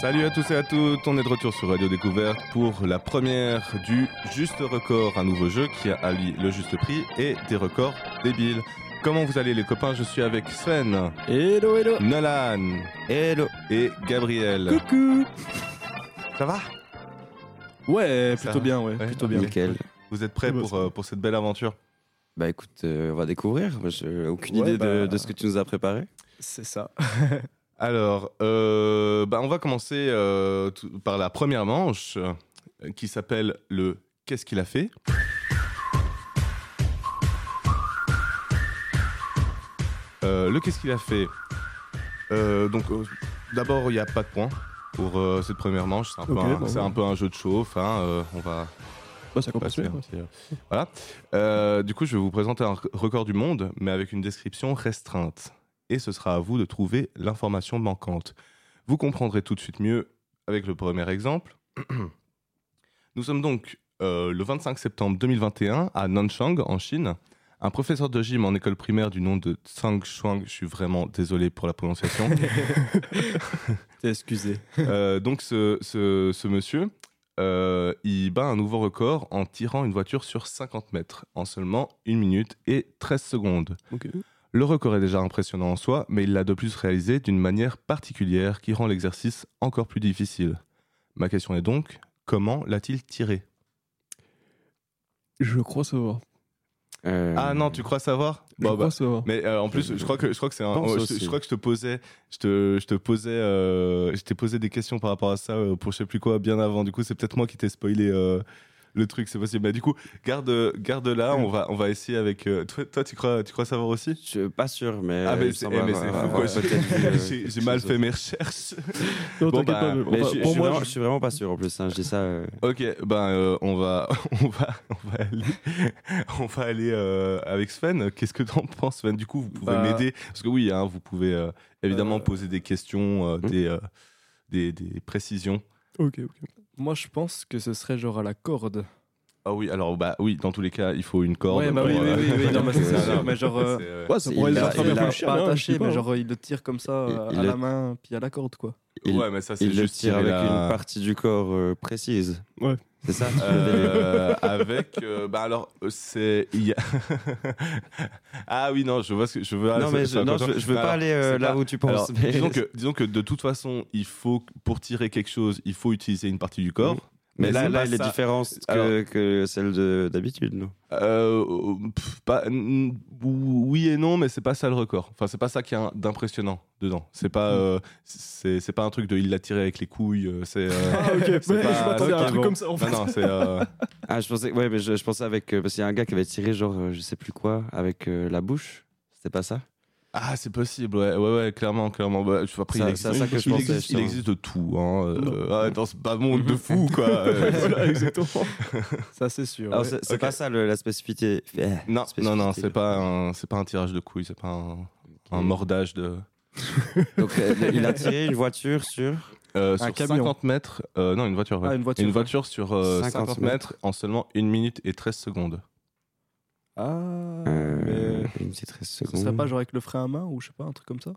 Salut à tous et à toutes, on est de retour sur Radio Découverte pour la première du Juste Record, un nouveau jeu qui allie le juste prix et des records débiles. Comment vous allez les copains Je suis avec Sven, Hello, hello. Nolan, Hello. et Gabriel. Coucou. Ça va Ouais, Ça plutôt va. bien, ouais, Ouais, plutôt bien. Nickel. Vous êtes prêts Oui, bah, pour, ça va. euh, pour cette belle aventure Bah écoute, euh, on va découvrir. Moi, J'ai aucune Ouais, idée de, bah- de ce que tu nous as préparé. C'est ça. Alors, euh, bah, on va commencer euh, tout- par la première manche euh, qui s'appelle le Qu'est-ce qu'il a fait Euh, Le Qu'est-ce qu'il a fait Euh, Donc, euh, d'abord, il n'y a pas de points pour euh, cette première manche. C'est un, peu Ok, un- bah c'est ouais. un peu un jeu de chauffe. hein, euh, on va Bah, ça passer commence bien. un petit, euh, Voilà. Euh, du coup, je vais vous présenter un rec- record du monde, mais avec une description restreinte. Et ce sera à vous de trouver l'information manquante. Vous comprendrez tout de suite mieux avec le premier exemple. Nous sommes donc euh, le 25 septembre 2021 à Nanchang, en Chine. Un professeur de gym en école primaire du nom de Tsang Shuang, je suis vraiment désolé pour la prononciation, T'es excusé. euh, donc ce, ce- ce monsieur, euh, il bat un nouveau record en tirant une voiture sur 50 mètres en seulement 1 minute et 13 secondes. Ok. Le record est déjà impressionnant en soi, mais il l'a de plus réalisé d'une manière particulière qui rend l'exercice encore plus difficile. Ma question est donc, comment l'a-t-il tiré Je crois savoir. Euh, Ah non, tu crois savoir Je Bon, bah, crois savoir. Mais euh, en plus, je crois que je crois que c'est un. Pense oh, je, aussi. je crois que je te posais, je te, je te posais, euh, je t'ai posé des questions par rapport à ça euh, pour je sais plus quoi bien avant. Du coup, c'est peut-être moi qui t'ai spoilé euh, le truc. C'est possible. Mais du coup, garde, garde là. Mm. On va, on va essayer avec. euh, toi, toi, tu crois, tu crois savoir aussi Je suis pas sûr, mais. Ah Euh, il mais me c'est semble eh, mais c'est avoir- fou avoir quoi. peut-être vu, euh, J'ai j'ai quelque mal chose. fait mes recherches. Non, bon, t'inquiète bah, pas, mais- Mais enfin, je, je pour suis moi, vraiment, je- je suis vraiment pas sûr en plus. hein, je dis ça. euh, Ok, ben euh, on va, on va, on va aller, on va aller euh, avec Sven. Qu'est-ce que t'en penses, Sven Du coup, vous pouvez Bah- m'aider parce que oui, hein, vous pouvez euh, évidemment Euh, poser des questions, euh, hmm. des, euh, des, des précisions. Ok, ok. Moi, je pense que ce serait genre à la corde. Ah oui, alors bah oui, dans tous les cas, il faut une corde. ouais, bah oui, pour, oui, euh, oui, oui, non, mais c'est Non, sûr, non, mais genre. euh, c'est, euh, Ouais, ça Il pourrait l'a- les il attraper il comme l'a un pas chien. hein, je sais attaché, pas, mais hein. genre il le tire comme ça Il- euh, il à le- la main, puis à la corde, quoi. il ouais, mais ça c'est il le juste hein. tire avec la- une partie du corps euh, précise. Ouais. C'est ça Euh, avec euh, bah alors euh, c'est il y a- ah oui non je vois ce que je veux Non, mais je, non, je, je veux Bah, Alors, pas aller euh, c'est là pas- où tu Alors, penses. mais- disons, que, disons que de toute façon, il faut pour tirer quelque chose, il faut utiliser une partie du corps. Mhm. mais là, c'est là pas il est ça. différent que, Alors- que celle de- d'habitude, non Euh, pff, pas- n- oui et non, mais c'est pas ça le record. Enfin, c'est pas ça qui a d'impressionnant dedans. C'est Mm. pas, euh, c'est c'est pas un truc de il l'a tiré avec les couilles. euh, C'est euh, Ah, ok. mais c'est Je pas- m'attendais à ok, un truc bon. comme ça, en fait. non, non, c'est euh, Ah, je pensais, ouais, mais je, je pensais avec. euh, parce qu'il y a un gars qui avait tiré, genre, euh, je sais plus quoi, avec euh, la bouche. C'était pas ça ah, c'est possible. Ouais, ouais, ouais, clairement, clairement. Bah, je- après, Ça- il c'est existe, à ça que je il pensais, existe, il justement. existe de tout. Hein. euh, Non. euh, ah, dans ce bas monde de fou, quoi. Euh, Voilà, exactement. Ça, c'est sûr. Alors, ouais. Ah, c'est c'est Ok. pas ça le- la spécificité. Eh, Non, non, non, spécificité. c'est pas un, c'est pas un tirage de couilles, c'est pas un, un mordage de. Donc, euh, il a tiré une voiture sur. Euh, Un sur camion. 50 mètres, euh, non, une voiture, ouais. Ah, une voiture. Une voiture sur euh, 50, 50 mètres en seulement 1 minute et 13 secondes. Ah, Euh, mais. Une petite 13 Ce serait secondes. pas genre avec le frein à main ou je sais pas, un truc comme ça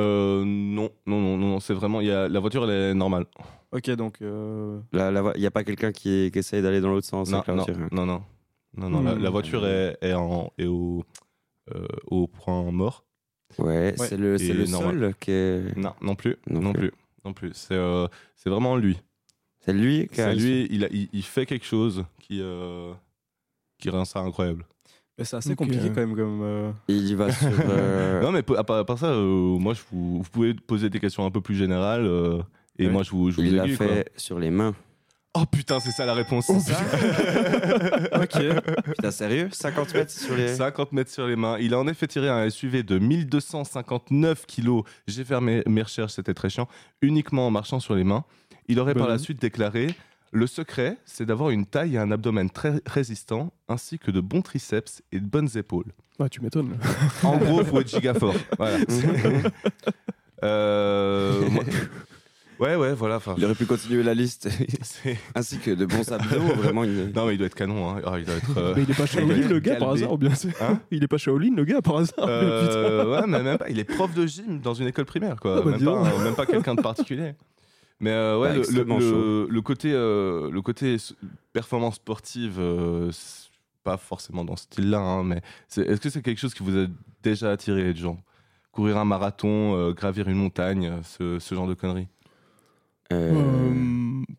Euh, non, non, non, non, non, c'est vraiment. il Y a, la voiture, elle est normale. Ok, donc. euh, Là, là, Il n'y a pas quelqu'un qui, qui essaye d'aller dans l'autre sens. Non, avec la non, voiture. non, non. Non, non, la, la voiture est, est en, est au, euh, au point mort. Ouais, Ouais. c'est le, c'est Et le normal. sol qui est. Non, non plus. Non Non plus. plus. Non plus. C'est euh, c'est vraiment lui. C'est lui qui a. C'est lui, il, a- il, il fait quelque chose qui, euh, qui rend ça incroyable. Mais bah, c'est assez Ok. compliqué quand même comme. euh, Il y va sur. euh, Non, mais po- à part, à part ça, euh, moi, je vous, vous pouvez poser des questions un peu plus générales. euh, et Ouais. moi, je vous, je vous il l'a aiguille, fait sur les mains. quoi. Oh putain, c'est ça la réponse. c'est ça Ok. Putain, sérieux 50 mètres sur les. 50 mètres sur les mains. Il a en effet tiré un SUV de 1259 kilos. J'ai fait mes, mes recherches, c'était très chiant. Uniquement en marchant sur les mains. Il aurait par Bonne la idée. suite déclaré Le secret, c'est d'avoir une taille et un abdomen très résistants, ainsi que de bons triceps et de bonnes épaules. Bah, Ah, tu m'étonnes. En gros, faut être giga fort. Voilà. Euh, moi- Ouais, ouais, voilà. enfin, Il aurait pu continuer la liste. c'est- Ainsi que de bons abdos, vraiment. Une... Non, mais il doit être canon. hein. Ah, il doit être. euh, Mais il est pas Shaolin, le gars, par Galbé. hasard, ou bien sûr. Hein Il est pas Shaolin, le gars, par hasard. mais putain. Euh, ouais, mais même pas. Il est prof de gym dans une école primaire, quoi. Ah bah, même, dis pas, donc. même pas quelqu'un de particulier. Mais euh, ouais, Bah, le- le, extrêmement le- chaud. le côté, euh, le côté s- performance sportive, euh, c'est pas forcément dans ce style-là, hein, mais c'est- est-ce que c'est quelque chose qui vous a déjà attiré, les gens Courir un marathon, euh, gravir une montagne, euh, ce, ce genre de conneries Euh, Hum. Euh,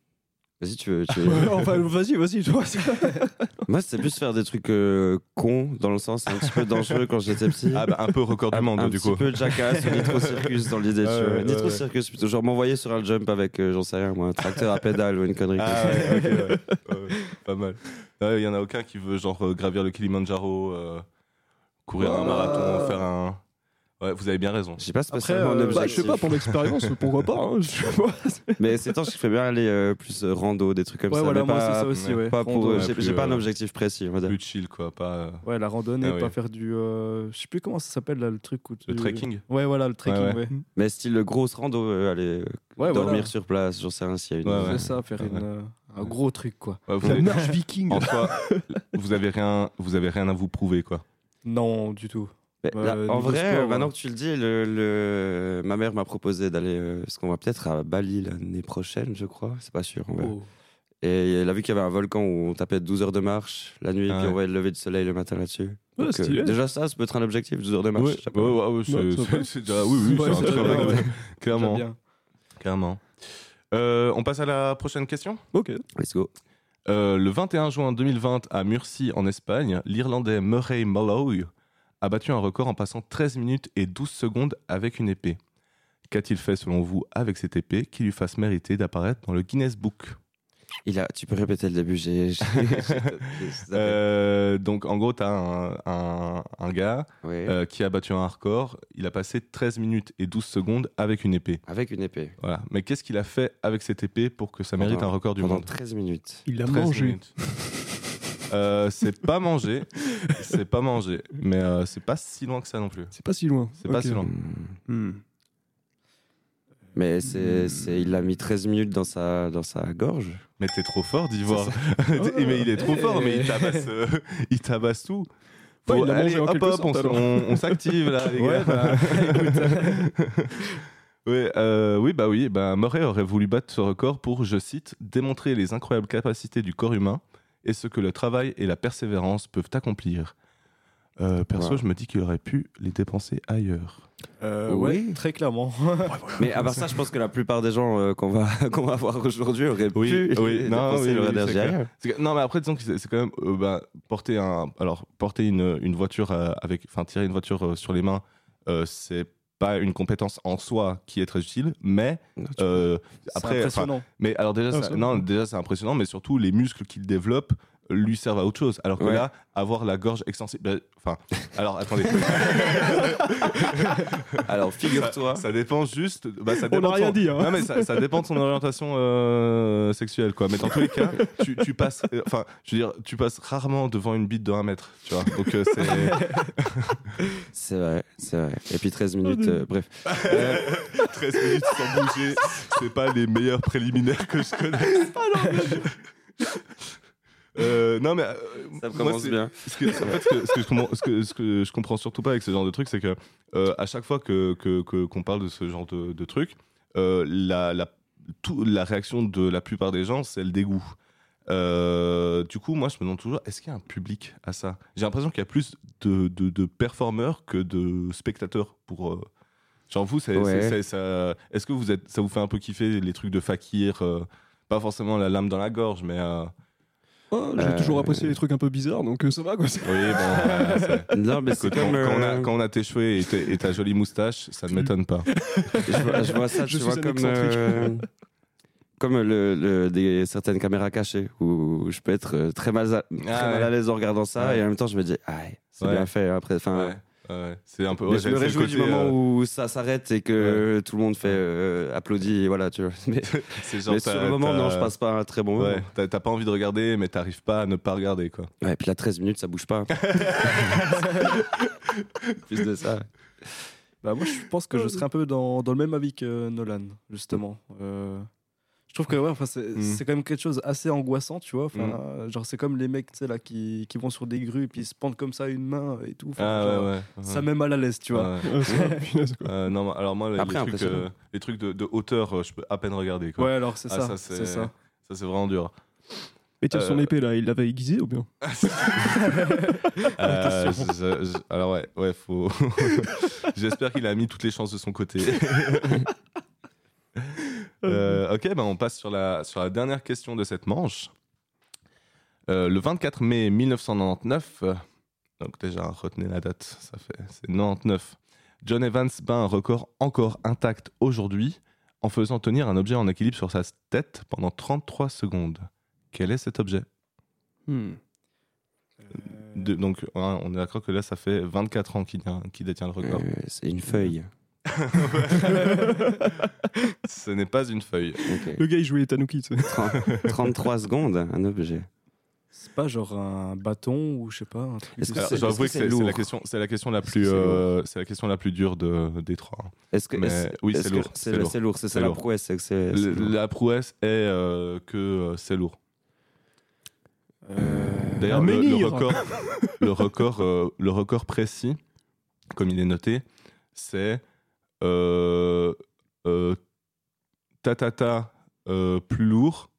Vas-y, tu veux. Euh, tu veux- ouais, enfin, vas-y, vas-y, je vois ça. Moi, c'était plus faire des trucs euh, cons, dans le sens un petit peu dangereux quand j'étais petit. Ah bah un peu record du Un- monde, un du petit coup. peu Jackass ou Nitro Circus dans l'idée. tu Ouais, vois. ouais, Nitro ouais. Circus, plutôt. Genre m'envoyer sur un jump avec, euh, j'en sais rien, moi, un tracteur à pédale ou une connerie comme Ah ça. ouais, ok, ouais. Ouais, pas mal. Il y en a aucun qui veut genre euh, gravir le Kilimanjaro, euh, courir un marathon, faire un... Ouais, vous avez bien raison. J'ai pas Après, spécialement un euh, Bah, je sais objectif. pas, pour l'expérience, pourquoi pas. hein, je sais pas. Mais ces temps, je fais bien aller euh, plus euh, rando, des trucs comme Ouais, ça. voilà, mais moi, pas, c'est ça aussi, ouais. pas pour. Rando. euh, Ouais, j'ai- plus, J'ai pas un euh, objectif précis, on va dire. Plus chill, quoi, pas euh, Ouais, la randonnée, Ah oui. pas faire du. euh, je sais plus comment ça s'appelle, là, le truc où tu. le trekking. Ouais, voilà, le trekking, ouais. ouais. Mais style grosse rando, euh, aller euh, Ouais, dormir voilà. sur Ah place, j'en sais rien s'il y a une. Ouais, Fais ouais. ça, faire Ouais, une, euh, un gros truc, quoi. Ouais, vous La avez- marche viking. En soi, vous avez rien, vous avez rien à vous prouver quoi. Non, du tout. Mais Bah, Ouais, là, euh, en niveau vrai, sport, euh, maintenant ouais. que tu le dis, le, le- ma mère m'a proposé d'aller, euh, parce qu'on va peut-être à Bali l'année prochaine, je crois, c'est pas sûr. on verra. Oh. Et elle a vu qu'il y avait un volcan où on tapait 12 heures de marche la nuit, Ah puis ouais. on voyait le lever du soleil le matin là-dessus. Ouais, Donc, euh, stylé. déjà ça, ça peut être un objectif, 12 heures de marche. Ouais, chapeau. ouais, ouais, ouais, c'est- Ouais, Bah, ça c'est- va. c'est déjà- oui, oui, Ouais, c'est un ça très va, bon- ouais. J'aime clairement, bien. clairement. Euh, on passe à la prochaine question. Ok. Let's go. Euh, le 21 juin 2020 à Murcie en Espagne, l'Irlandais Murray Mulloy a battu un record en passant 13 minutes et 12 secondes avec une épée. Qu'a-t-il fait selon vous avec cette épée qui lui fasse mériter d'apparaître dans le Guinness Book Il a, tu peux répéter le début, j'ai. j'ai- j'ai- Euh, Donc en gros, t'as un- un- un gars Ouais. euh, qui a battu un hardcore. Il a passé 13 minutes et 12 secondes avec une épée. Avec une épée. Voilà. Mais qu'est-ce qu'il a fait avec cette épée pour que ça mérite Pendant- un record du Pendant monde 13 minutes. Il a 13 mangé. minutes. Euh, c'est pas mangé, c'est pas mangé, mais euh, c'est pas si loin que ça non plus. C'est pas si loin. C'est pas Ok. si loin. Hmm. Mais c'est, c'est- il a mis 13 minutes dans sa, dans sa gorge. Mais t'es trop fort d'ivoire. ça. mais il est trop fort, mais il tabasse, euh, il tabasse tout. Faut Ouais, il l'a aller, mangé en hop quelque hop, on, sorte, s- alors. on- on s'active là, les gars. Ouais, bah, Ouais, euh, oui, bah oui, bah, Murray aurait voulu battre ce record pour, je cite, démontrer les incroyables capacités du corps humain et ce que le travail et la persévérance peuvent accomplir. Euh, perso, Wow. je me dis qu'il aurait pu les dépenser ailleurs. Euh, Oui. ouais, très clairement. Mais à part ça, je pense que la plupart des gens euh, qu'on, va, qu'on va voir aujourd'hui auraient Oui, pu. oui, non, dépenser oui, leur oui, énergie c'est clair. ailleurs. C'est que- non, mais après, disons que c'est c'est quand même euh, bah, porter un, alors porter une, une voiture euh, avec, enfin tirer une voiture euh, sur les mains, euh, c'est pas une compétence en soi qui est très utile, mais Non, tu- euh, C'est après, enfin, impressionnant. Mais alors déjà, Ah, ça- ça. non, déjà c'est impressionnant, mais surtout les muscles qu'il développe lui servent à autre chose. Alors que Ouais. là, avoir la gorge extensible, ben, enfin, alors attendez, Alors, figure-toi. ça dépend juste. bah, ça On dépend n'a de rien son- dit, hein. Non, mais ça, ça dépend de son orientation euh, sexuelle, quoi. Mais dans tous les cas, tu, tu passes, euh, enfin, je veux dire, tu passes rarement devant une bite de 1 mètre, tu vois. Donc euh, c'est C'est vrai, c'est vrai. Et puis 13 minutes, Oh, euh, bref. Euh, 13 minutes sans bouger, c'est pas les meilleurs préliminaires que je connais. Ah, Euh, non mais euh, ça moi, commence c'est- bien. Ce que, en fait, ce que, ce que je comprends, ce que- ce que je comprends surtout pas avec ce genre de truc, c'est que euh, à chaque fois que que- que- qu'on parle de ce genre de, de truc, euh, la, la, tout- la réaction de la plupart des gens, c'est le dégoût. Euh, du coup, moi, je me demande toujours, est-ce qu'il y a un public à ça J'ai l'impression qu'il y a plus de, de, de performeurs que de spectateurs pour. euh, Genre vous, c'est- Ouais. c'est- c'est- ça- est-ce que vous êtes, ça vous fait un peu kiffer les trucs de fakir euh, Pas forcément la lame dans la gorge, mais euh, Oh, J'ai Euh, toujours apprécié les trucs un peu bizarres, donc euh, ça va quoi. c'est- oui, bon, voilà, c'est- Non, mais Écoute, c'est quand, comme. quand on a, euh, quand on a tes cheveux et, tes- et ta jolie moustache, ça ne m'étonne pas. je, vois, je vois ça, Je tu suis vois, un comme, excentrique. euh, comme le, le- des, certaines caméras cachées où je peux être euh, très mal à, très Ah mal ouais. à l'aise en regardant ça Ouais. et en même temps je me dis, aïe, c'est Ouais. bien fait. hein, Après, enfin, Ouais, c'est un peu. mais ouais, je c'est- me c'est le réjouis du côté, moment euh, où ça s'arrête et que tout le monde fait euh, applaudit et voilà, tu vois. Mais, c'est genre mais sur t'as- le moment, t'as- non, je passe pas un très bon moment. Ouais, t'as t'as pas envie de regarder, mais t'arrives pas à ne pas regarder quoi. Ouais, puis la 13 minutes, ça bouge pas. Plus de ça. Bah, moi, je pense que je serais un peu dans, dans le même avis que Nolan, justement. Euh, Je trouve que ouais, enfin, c'est Mm. c'est quand même quelque chose assez angoissant, tu vois. Enfin, Mm. euh, genre, c'est comme les mecs, tu sais, là, qui, qui vont sur des grues et puis ils se pendent comme ça une main et tout. Enfin, Ah genre, ouais, ouais. Ça ouais. met mal à l'aise, tu vois. Ouais. Ah, ça, punaise, quoi. Euh, non, alors moi, les, Après, les trucs, impressionnant. euh, les trucs de, de hauteur, euh, je peux à peine regarder. Quoi. Ouais, alors c'est Ah, ça, c'est ça. Ça, c'est vraiment dur. Et tiens, son Euh, épée là, il l'avait aiguisée ou bien Euh, je- je- alors ouais, ouais, faut. J'espère qu'il a mis toutes les chances de son côté. Euh, ok, ben on passe sur la, sur la dernière question de cette manche. Euh, le 24 mai 1999, euh, donc déjà retenez la date, ça fait c'est 99. John Evans bat un record encore intact aujourd'hui en faisant tenir un objet en équilibre sur sa tête pendant 33 secondes. Quel est cet objet Hmm. Euh, De- donc, ouais, on est d'accord que là, ça fait 24 ans qu'il y a- qu'il détient le record. Euh, c'est une feuille. Ce n'est pas une feuille. Ok. Le gars, il jouait les Tanuki, tu sais. 33 secondes, un objet. C'est pas genre un bâton ou je sais pas. un truc Est-ce que bizarre. Alors, c'est- je dois avouer que est-ce c'est que c'est c'est la lourd question, c'est la question la Est-ce que plus, c'est lourd euh, c'est la question la plus dure de des trois. Est-ce que Mais est-ce- oui, est-ce c'est que- lourd, c'est C'est lourd, c'est lourd, c'est c'est ça la lourd. prouesse. c'est que c'est- c'est Le- lourd. la prouesse est euh, que euh, c'est lourd. Euh, D'ailleurs, Un le, le menhir. record, le record, euh, le record précis, comme il est noté, c'est euh, euh, tatata euh, plus lourd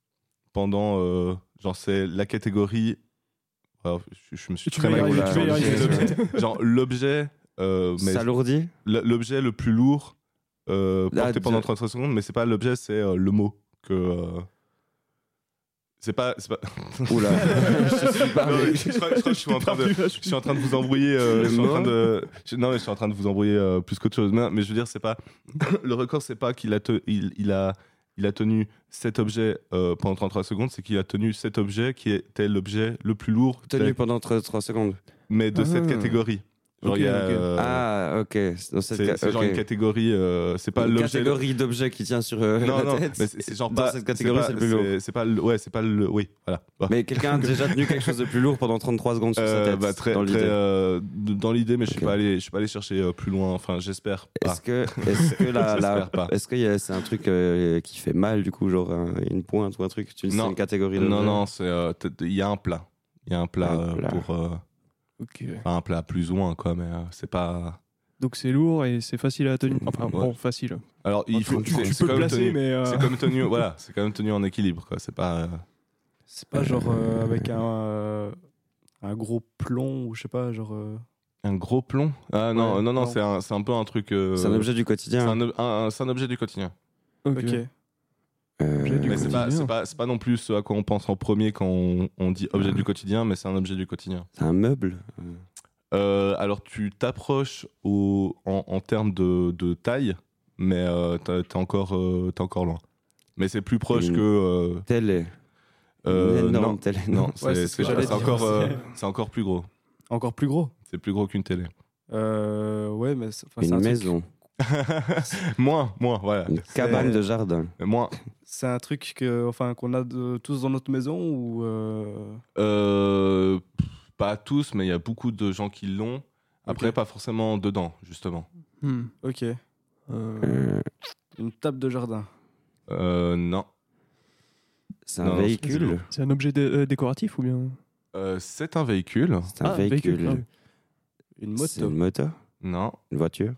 pendant euh, genre c'est la catégorie. Alors, je, je me suis Tu très vas y mal arriver, là, tu vas y genre, ok. arriver. l'objet- Genre l'objet, euh, mais S'alourdit l- l'objet le plus lourd euh, Ah, porté de- pendant 33 secondes, mais c'est pas l'objet, c'est euh, le mot que. euh, c'est pas, c'est pas... Oula, je suis pas. Non, mais mais- je, crois, je crois que je suis en train de, je suis en train de vous embrouiller. euh, je Le suis en train mot. de, je- non, mais je suis en train de vous embrouiller euh, plus qu'autre chose. Mais, mais je veux dire, c'est pas le record, c'est pas qu'il a, te- il, il a, il a tenu cet objet euh, pendant 33 secondes, c'est qu'il a tenu cet objet qui était l'objet le plus lourd, Tenu tel- pendant 33 secondes. mais de cette Ah. catégorie. Genre, Ok, il y a, ok. euh, ah, ok. Dans cette c'est ca- c'est genre ok. une catégorie. euh, c'est pas Une l'objet. catégorie d'objet qui tient sur euh, Non, la non, tête. mais c'est c'est genre Dans pas. cette catégorie, pas- c'est le plus lourd. c'est- C'est pas le. Ouais, c'est pas le. Oui, voilà. Voilà. Mais quelqu'un a déjà tenu quelque chose de plus lourd pendant 33 secondes sur Euh, sa tête. bah, très, dans très, l'idée. euh, d- dans l'idée, mais je suis Ok. pas allé, je suis pas allé chercher euh, plus loin. Enfin, j'espère. pas. Est-ce que, est-ce que la, la- J'espère pas. est-ce que y a- c'est un truc euh, qui fait mal du coup, genre un- une pointe ou un truc Tu Non. c'est une catégorie Non, d'objet non, c'est, euh, t- t- il y a un plat. Il y a un plat, Un euh, plat. pour. euh, Ok. enfin, un plat plus ou moins, quoi, mais euh, c'est pas. Donc c'est lourd et c'est facile à tenir. Enfin, Ouais. bon, facile. Alors, il tu faut. tu- c'est- tu c'est peux le quand même placer, tenu- mais. euh, C'est comme tenu, voilà, c'est quand même tenu en équilibre, quoi. C'est pas. euh, C'est pas genre euh, avec un, euh, un gros plomb ou je sais pas, genre. euh, un gros plomb. Ah non, non, Ouais, non, non. c'est un, c'est un peu un truc. euh, C'est un objet du C'est quotidien. un, ob- un- un- c'est un objet du quotidien. Ok. Ok. Euh, objet du mais c'est pas, quotidien. c'est, pas, c'est pas non plus ce à quoi on pense en premier quand on, on dit objet du quotidien, mais c'est un objet du quotidien. c'est un meuble. Euh, alors, tu t'approches au, en, en termes de, de taille, mais euh, t'as- t'es, encore, euh, t'es encore loin. Mais c'est plus proche Mmh. Une- que. euh, Télé. euh, une énorme non, télé. non, c'est, Ouais, c'est ce c'est- que j'allais c'est dire. encore, euh, C'est- c'est encore plus gros. Encore plus gros. C'est plus gros qu'une télé. Euh, ouais, mais c'est enfin, c'est une un truc- maison. moins, moins, voilà. Une cabane de jardin. Moins. C'est un truc que, enfin, qu'on a de- tous dans notre maison ou. euh, Euh, pff, pas tous, mais il y a beaucoup de gens qui l'ont. Après, Ok. pas forcément dedans, justement. Hmm. Ok. Euh, Euh, Une table de jardin. Euh, non. c'est un Non, non, c'est lourd. véhicule. C'est un objet dé- euh, décoratif ou bien Euh, c'est un véhicule. C'est un véhicule. ah oui. Une C'est moto. une moto. Non. Une voiture.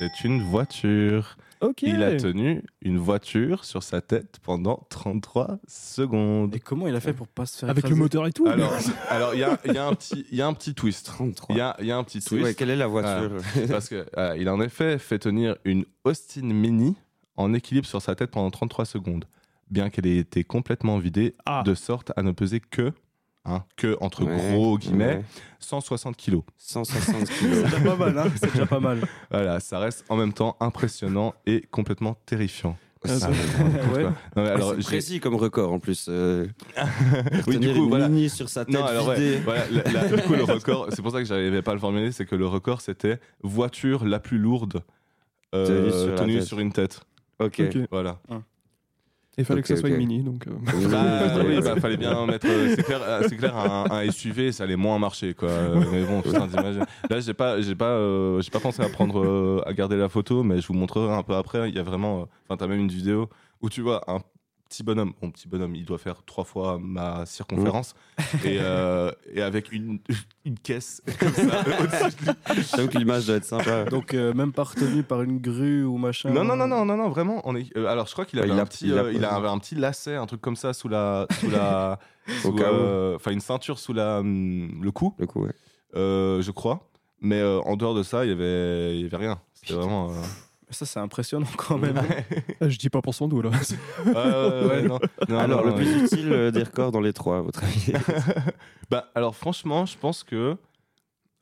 C'est une voiture. Ah. Ok. Il a tenu une voiture sur sa tête pendant 33 secondes. Et comment il a fait pour pas se faire Avec le écraser moteur et tout ou bien Alors, alors, il y, a, il y a un petit- il y a un petit twist. 33. Il y a, il y a un petit C'est- ouais, twist. Ah, quelle est la voiture Parce qu'il a en effet fait tenir une Austin Mini en équilibre sur sa tête pendant 33 secondes, bien qu'elle ait été complètement vidée, Ah. de sorte à ne peser que, hein, que entre Ouais, gros guillemets, ouais. 160 kilos. 160 C'est kilos. déjà pas mal, hein. C'est déjà pas mal. Voilà, ça reste en même temps impressionnant et complètement terrifiant. Ah, ça- ouais. Non, mais Alors, alors, Ah, c'est j'ai- précis comme record en plus. Euh, oui, du tenir coup, une voilà. mini sur sa tête Non, alors ouais, vidée. voilà, la- la- du coup, le record, c'est pour ça que j'arrivais pas à le formuler, c'est que le record c'était voiture la plus lourde euh, Tenue sur la tenue tête. sur une tête. Ok. Ok. Voilà. Il fallait que ça Ok, soit ok. une mini, donc. euh, Ah, Oui, Bah, oui, oui, oui. bah, fallait bien mettre. euh, c'est clair, euh, c'est clair, un, un SUV, ça allait moins marcher, quoi. Euh, Mais bon, putain, t'imagines. Là, j'ai pas, j'ai pas, euh, j'ai pas pensé à prendre, euh, à garder la photo, mais je vous montrerai un peu après. Il y a vraiment, euh, enfin, t'as même une vidéo où tu vois un petit bonhomme. Mon petit bonhomme, il doit faire trois fois ma circonférence. Et, euh, et avec une, une caisse comme ça au-dessus de lui. J'avoue que l'image doit être sympa. Donc, euh, même pas retenu par une grue ou machin. Non, non, non, non, non, non, vraiment. On est... euh, alors, je crois qu'il Ouais, avait, Euh, il un l'a- petit, il l'a euh, il posé. avait un petit lacet, un truc comme ça, sous la. Sous la sous, cas où. euh, Enfin, une ceinture sous la, hum, le cou, Le coup, ouais. euh, je crois. Mais euh, en dehors de ça, il y avait, il y avait rien. C'était vraiment. euh, Ça, c'est impressionnant quand Bah même. Ah, Je dis pas pour son dos là. euh, ouais, non. Non, Alors, non, le non, plus utile euh, des records dans les trois, à votre avis Bah, alors franchement, je pense que.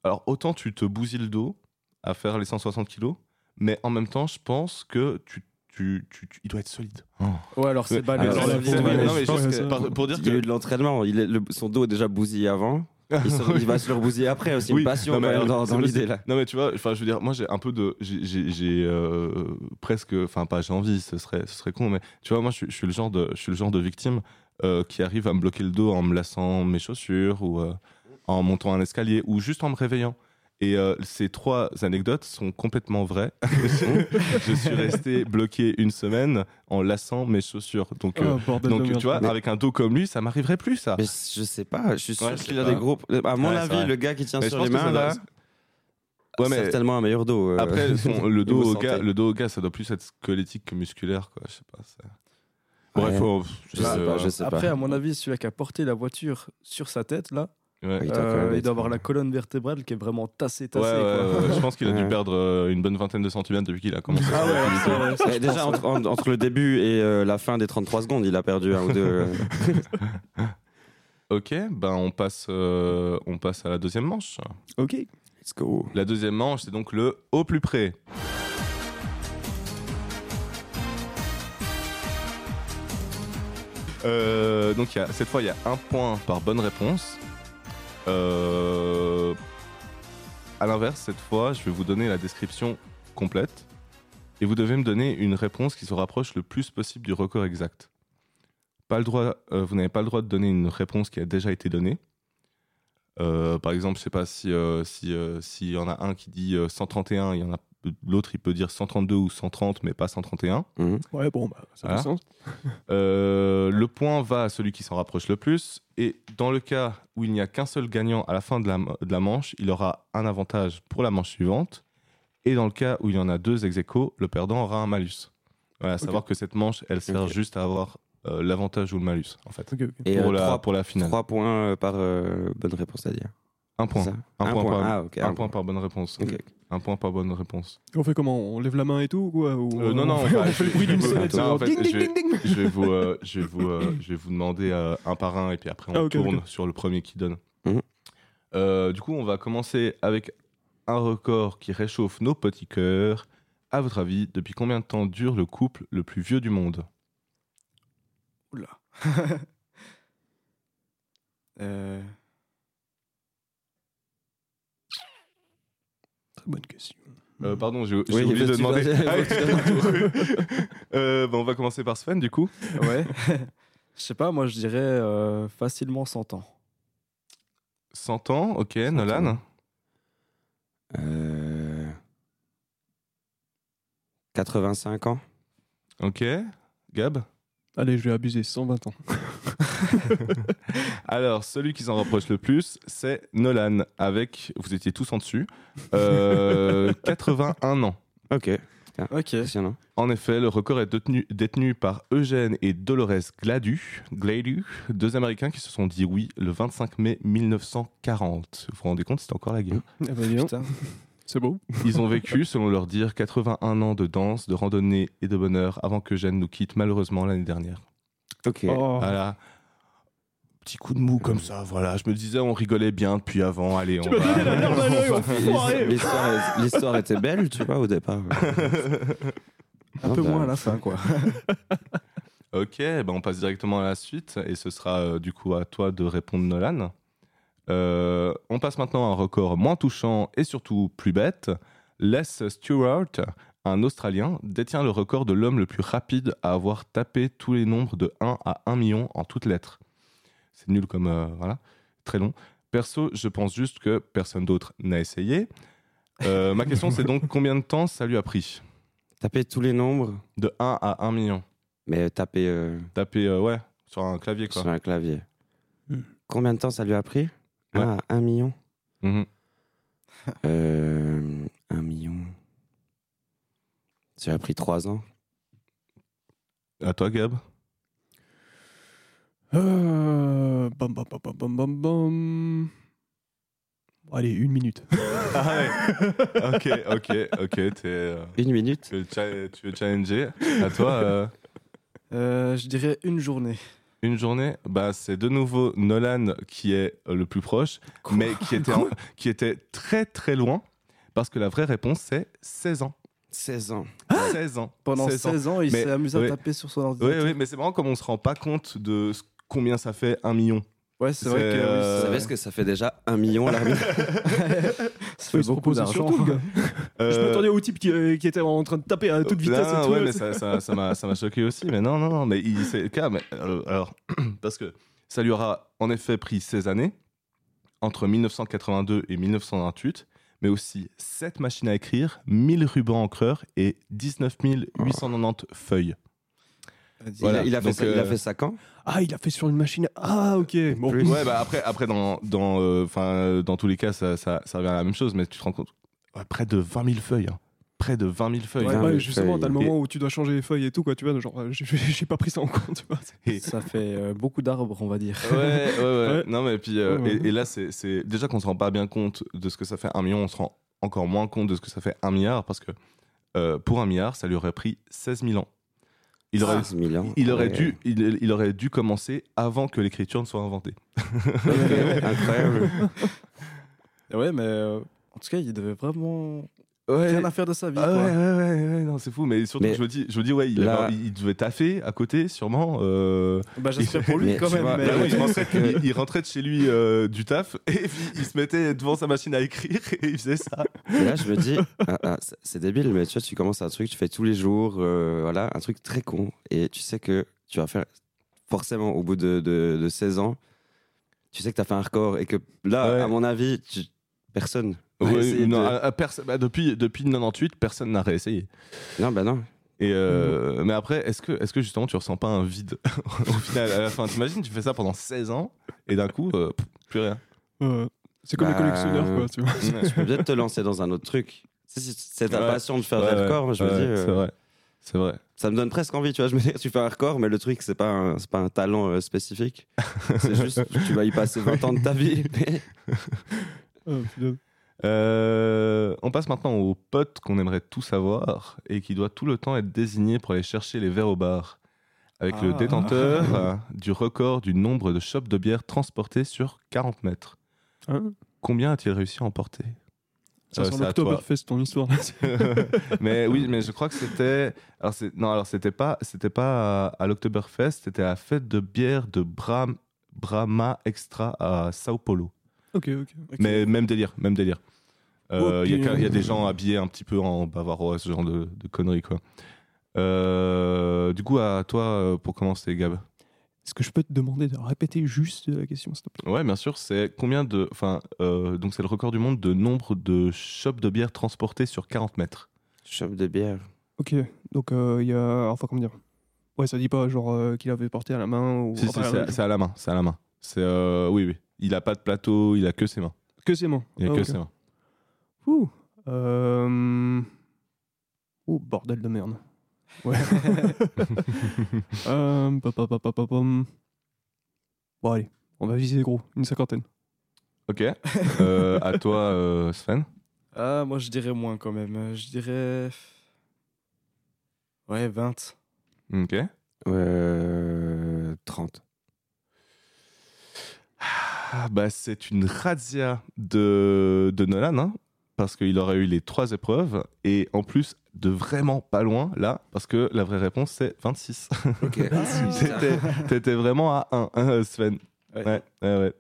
Alors, autant tu te bousilles le dos à faire les 160 kilos, mais en même temps, je pense que tu. tu, tu- tu- il doit être solide. Ah, Ouais, alors c'est Ouais. balèze. Oh. Alors, c'est balèze. c'est balèze. Non, mais je pense juste que- par- pour dire Il y a que. eu de l'entraînement. Il est- le- son dos est déjà bousillé avant. Il, se- il va se le rebousiller après aussi. Oui. Une passion Non, mais quand même, alors, dans, c'est dans possible. l'idée là. Non, mais tu vois, enfin, je veux dire, moi j'ai un peu de. J'ai j'ai- j'ai, euh, presque. Enfin, pas j'ai envie, ce serait, ce serait con, mais tu vois, moi je, suis- je suis, le genre de, je suis le genre de victime euh, qui arrive à me bloquer le dos en me lassant mes chaussures ou euh, en montant un escalier ou juste en me réveillant. Et euh, ces trois anecdotes sont complètement vraies. je suis resté bloqué une semaine en lassant mes chaussures. Donc, euh, Ah, bordel donc de tu merde. vois, Mais- avec un dos comme lui, ça m'arriverait plus, ça. Mais je sais pas. Je suis sûr Ah. Ouais, je sais qu'il a pas. des gros. À mon Ouais, c'est avis, vrai. le gars qui tient Mais je sur pense les que ça mains doit- là, Ouais, mais- certainement un meilleur dos. euh. Après, son- le, Niveau dos au santé. gars, le dos au gars, ça doit plus être squelettique que musculaire, quoi. Je sais pas. c'est- Bref, Ouais. faut- je sais euh, pas. Je sais Après, pas. à mon avis, celui qui a porté la voiture sur sa tête, là, ouais. Oui, Ouais, doit quand euh, même il être- doit avoir la colonne vertébrale qui est vraiment tassée, tassée. ouais, quoi. ouais, ouais. je pense qu'il a dû Ouais. perdre euh, une bonne vingtaine de centimètres depuis qu'il a commencé. Ah ouais, alors ça, ouais, ça, Eh, déjà entre, en- entre le début et euh, la fin des 33 secondes, il a perdu un ou deux. euh. Ok, ben on passe, euh, on passe à la deuxième manche. Ok. Let's go. La deuxième manche, c'est donc le au plus près. Euh, donc il y a- cette fois, il y a un point par bonne réponse. Euh, à l'inverse, cette fois, je vais vous donner la description complète et vous devez me donner une réponse qui se rapproche le plus possible du record exact. Pas le droit, euh, vous n'avez pas le droit de donner une réponse qui a déjà été donnée. Euh, par exemple, je sais pas si euh, si euh, s'il y en a un qui dit euh, 131, il y en a l'autre il peut dire 132 ou 130 mais pas 131. hein. Mmh. Ouais, bon, bah, ça Ah. fait sens. Euh, le point va à celui qui s'en rapproche le plus et dans le cas où il n'y a qu'un seul gagnant à la fin de la, de la manche, il aura un avantage pour la manche suivante et dans le cas où il y en a deux ex aequo, le perdant aura un malus. Voilà, à savoir que cette manche, elle sert Ok. juste à avoir euh, l'avantage ou le malus en fait Ok, ok. Et pour, euh, Oh la, trois, pour la finale. trois points euh, par euh, bonne réponse, à dire. Un point, Ça un, point, par, Ah, ok. un point par bonne réponse. Ok. Un point par bonne réponse. On fait comment On lève la main et tout ou quoi Ou Euh, non, on non, fait, on va- on fait le bruit d'une je- sonnette. non, genre, en fait, ding, je- ding, ding, ding. je vais vous, euh, je vais vous, euh, je vais vous demander euh, un par un et puis après on Ah, ok, tourne ok. sur le premier qui donne. Mhm. Euh, du coup, on va commencer avec un record qui réchauffe nos petits cœurs. À votre avis, depuis combien de temps dure le couple le plus vieux du monde Oula. Euh, Très bonne question. Euh, Pardon, j'ai j'ai Mhm. Oui, oublié de tu vas- demander. Ah, vas- Euh, bah, on va commencer par Sven, du coup. ouais. Je sais pas, moi je dirais euh, facilement 100 ans. 100 ans, ok, 100 Nolan. ans. Euh, 85 ans. Ok, Gab. Allez, je vais abuser, 120 ans. Alors, celui qui s'en rapproche le plus, c'est Nolan, avec, vous étiez tous en dessus, euh, 81 ans. Ok. Ok. Impressionnant. En effet, le record est détenu, détenu par Eugène et Dolores Gladu, Gladu, deux Américains qui se sont dit oui le 25 mai 1940. Vous vous rendez compte, c'était encore la guerre. Eh ben, dis donc, Putain. c'est beau. Ils ont vécu, selon leur dire, 81 ans de danse, de randonnée et de bonheur avant qu'Eugène nous quitte malheureusement l'année dernière. Ok. Oh. Voilà. Petit coup de mou comme ça, voilà. Je me disais, on rigolait bien depuis avant. Allez, on m'as va- donné la larme à l'œil, on va- enfoiré. Ouais. L'histoire- L'histoire était belle, tu vois, au départ. Un Non, peu bah, moins à la fin, quoi. Ok, ben on passe directement à la suite et ce sera euh, du coup à toi de répondre Nolan. Euh, on passe maintenant à un record moins touchant et surtout plus bête. Les Stewart, un Australien, détient le record de l'homme le plus rapide à avoir tapé tous les nombres de 1 à 1 million en toutes lettres. C'est nul comme... euh, voilà, très long. Perso, je pense juste que personne d'autre n'a essayé. Euh, ma question c'est donc combien de temps ça lui a pris Taper tous les nombres. De 1 à 1 million. Mais euh, taper euh, Taper, euh, ouais, sur un clavier, quoi. sur un clavier. Hmm. Combien de temps ça lui a pris Ouais. Ah, un million. Mhm. Euh, un million. Ça lui a pris trois ans. À toi, Gab. Euh, bam, bam, bam, bam, bam, bam, bam. Bon, Allez, une minute. Ah ouais. ok, ok, ok. t'es, euh, Une minute tu, veux cha- tu veux challenger À toi, euh, Euh, je dirais une journée. une journée bah, C'est de nouveau Nolan qui est euh, le plus proche, mais qui était, en- qui était très très loin, parce que la vraie réponse c'est 16 ans. 16 ans. 16 ans. Pendant 16 ans. 16 ans, il Mais- s'est amusé ouais. à taper sur son Oui, ordinateur. oui, mais c'est marrant comme on se rend pas compte de ce- combien ça fait un million. Ouais, c'est vrai C'est, que. oui, euh, Vous ça- savez ce que ça fait déjà Un million là ça Il fait se beaucoup proposait d'argent. surtout, le gars. Je Euh, m'attendais au type qui, euh, qui était en train de taper à toute vitesse. Non, et tout. euh, ouais, mais ça, ça, ça m'a, ça m'a choqué aussi. Mais non, non, non, mais il, c'est le cas. mais, euh, alors, parce que ça lui aura en effet pris 16 années, entre 1982 et 1928, mais aussi 7 machines à écrire, 1000 rubans encreurs et 19 890 feuilles. il, Voilà, a, il a fait donc, ça, il a euh, fait ça quand Ah, il a fait sur une machine. Ah, ok. Bon, Plus. Ouais, bah après, après dans, dans, euh, 'fin, euh, dans tous les cas, ça, ça, ça revient à la même chose, mais tu te rends compte, ouais, près de 20 000 feuilles. hein. Près de 20 000 feuilles. Ouais, Ah, ouais, mais justement, feuille. t'as le moment où tu dois changer les feuilles et tout, quoi, tu vois, de genre, euh, j'ai- j'ai pas pris ça en compte, tu vois. Et- Ça fait euh, beaucoup d'arbres, on va dire. Ouais, ouais, ouais. Ouais. Non, mais puis, euh, Ouais, ouais. Et, et là, c'est c'est- déjà qu'on se rend pas bien compte de ce que ça fait un million, on se rend encore moins compte de ce que ça fait un milliard, parce que euh, pour un milliard, ça lui aurait pris 16 000 ans. Il aurait, 16 000 ans. il aurait, Ouais. dû, il, il aurait dû commencer avant que l'écriture ne soit inventée. Incroyable. Ouais, mais euh, en tout cas, il devait vraiment rien à faire de sa vie. Ah ouais, quoi. ouais, ouais, ouais, non, c'est fou, mais surtout, Mais je me dis, je me dis ouais, il, là- avait- il devait taffer à côté, sûrement. euh, Bah, j'espère pour lui Mais quand tu même. vois, mais- là, ouais, il, c'est rentrait, que- il- il rentrait de chez lui euh, du taf, et puis il se mettait devant sa machine à écrire, et il faisait ça. Et là, je me dis, ah, ah, c'est- c'est débile, mais tu vois, tu commences un truc, tu fais tous les jours, euh, voilà, un truc très con, et tu sais que tu vas faire forcément au bout de, de, de 16 ans, tu sais que tu as fait un record, et que là, Ouais. à mon avis, tu- personne. va Ouais, essayer non, de- à- à perso- bah, depuis, depuis 98, personne n'a réessayé. non, bah non. Et euh, Mm. mais après, est-ce que, est que justement tu ressens pas un vide au final à la fin T'imagines, tu fais ça pendant 16 ans et d'un coup, euh, pff, plus rien. Euh, c'est comme Bah, les collectionneurs, quoi, tu vois. Tu peux bien te lancer dans un autre truc. Tu sais, si C'est ta Ouais. passion de faire Ouais, des ouais, records, moi, je me ouais, dis, euh, C'est vrai. C'est vrai. ça me donne presque envie, tu vois. Je me dis, tu fais un record, mais le truc, c'est pas, un- c'est pas un talent euh, spécifique. C'est juste, tu vas y passer 20 ans de ta vie. mais- Euh, putain. Euh, on passe maintenant au pote qu'on aimerait tout savoir et qui doit tout le temps être désigné pour aller chercher les verres au bar. Avec le Ah. détenteur euh, du record du nombre de chopes de bière transportées sur 40 mètres. Ah. Hein Combien a-t-il réussi à emporter ça Euh, sent c'est à toi. l'Octoberfest, ton histoire. là. mais oui, mais je crois que c'était. Alors c'est non, alors c'était pas, c'était pas à, à l'Oktoberfest, c'était à la fête de bière de Bram, Brahma Extra à Sao Paulo. ok, ok. Ok. Mais même délire, même délire. Euh, Il y a Ok. qu'un- il y, a des gens habillés un petit peu en bavarois, ce genre de, de conneries quoi. Euh, du coup, à toi euh, pour commencer, Gab. Est-ce que je peux te demander de répéter juste la question, s'il te plaît Ouais, bien sûr. C'est combien de, enfin, euh, donc c'est le record du monde de nombre de chopes de bière transportées sur 40 mètres. Chope de bière. Ok, donc euh, il y a. Enfin, comment dire Ouais, ça dit pas genre euh, qu'il avait porté à la main ou. Si, si, enfin, euh, à la c'est main. c'est à la main, c'est à la main. C'est euh, oui, oui. Il a pas de plateau, il a que ses mains. Que c'est moi. Il a Ah, que ok. ses mains. Ouh. Euh... Ouh, bordel de merde. Ouais. euh, pa, pa, pa, pa, pa, pam. Bon, allez, on va viser gros, une cinquantaine. Ok. Euh, à toi, euh, Sven. Ah, moi, je dirais moins quand même. Euh, Je dirais. Ouais, 20. Ok. Euh, 30. Ah, bah, c'est une razzia de, de Nolan, hein, parce qu'il aurait eu les trois épreuves, et en plus de vraiment pas loin, là, parce que la vraie réponse, c'est 26. Ok. T'étais- T'étais vraiment à 1, Sven. Ouais. Ouais, ouais, ouais.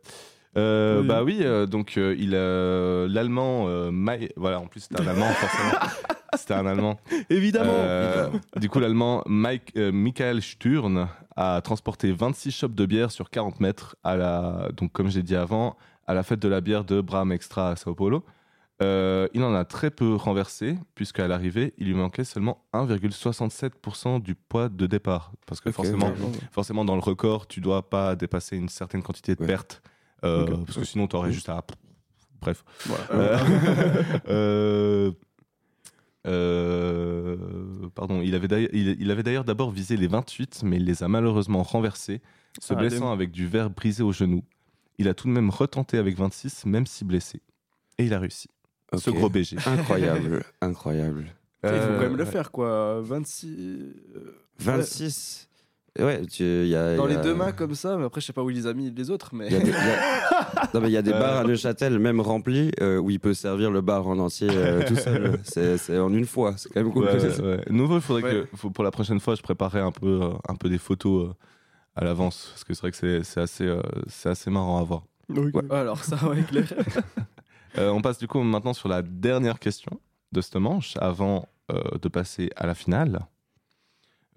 Euh, Oui. Bah oui, euh, donc euh, il euh, l'allemand euh, Mai- voilà en plus c'était un allemand forcément c'était un allemand Évidemment Euh, du coup, l'allemand Mike, euh, Michael Sturn a transporté 26 chopes de bière sur 40 mètres à la, donc comme j'ai dit avant, à la fête de la bière de Bram Extra à Sao Paulo. Euh, il en a très peu renversé, puisqu'à l'arrivée, il lui manquait seulement 1,67% du poids de départ. Parce que Ok. forcément, forcément, dans le record, tu dois pas dépasser une certaine quantité de Ouais. pertes, euh, Ok. parce que sinon, tu aurais juste à. Bref. Voilà. Euh, euh, euh, pardon, il avait d'ailleurs- il- il avait d'ailleurs d'abord visé les 28, mais il les a malheureusement renversés, se Ah, blessant avec du verre brisé au genou. Il a tout de même retenté avec 26, même si blessé. Et il a réussi. Ce Ok. gros BG. Incroyable, incroyable. Il faut quand Euh, même le ouais. faire, quoi. 26. euh, 26. Ouais, tu- il y a. Dans il y les a- deux mains comme ça, mais après, je sais pas où il les a mis les autres, mais. il y a des- il y a- Non, mais il y a des Euh. bars à Neuchâtel, même remplis, euh, où il peut servir le bar en entier euh, tout seul. C'est c'est en une fois. C'est quand même cool. Ouais, ouais, ouais. Nouveau, il faudrait Ouais. que faut- pour la prochaine fois, je préparerai un peu, euh, un peu des photos euh, à l'avance, parce que c'est vrai que c'est- c'est assez, euh, c'est assez marrant à voir. Ok. Oh, Alors, ça, ouais, clair. Euh, on passe du coup maintenant sur la dernière question de cette manche avant euh, de passer à la finale.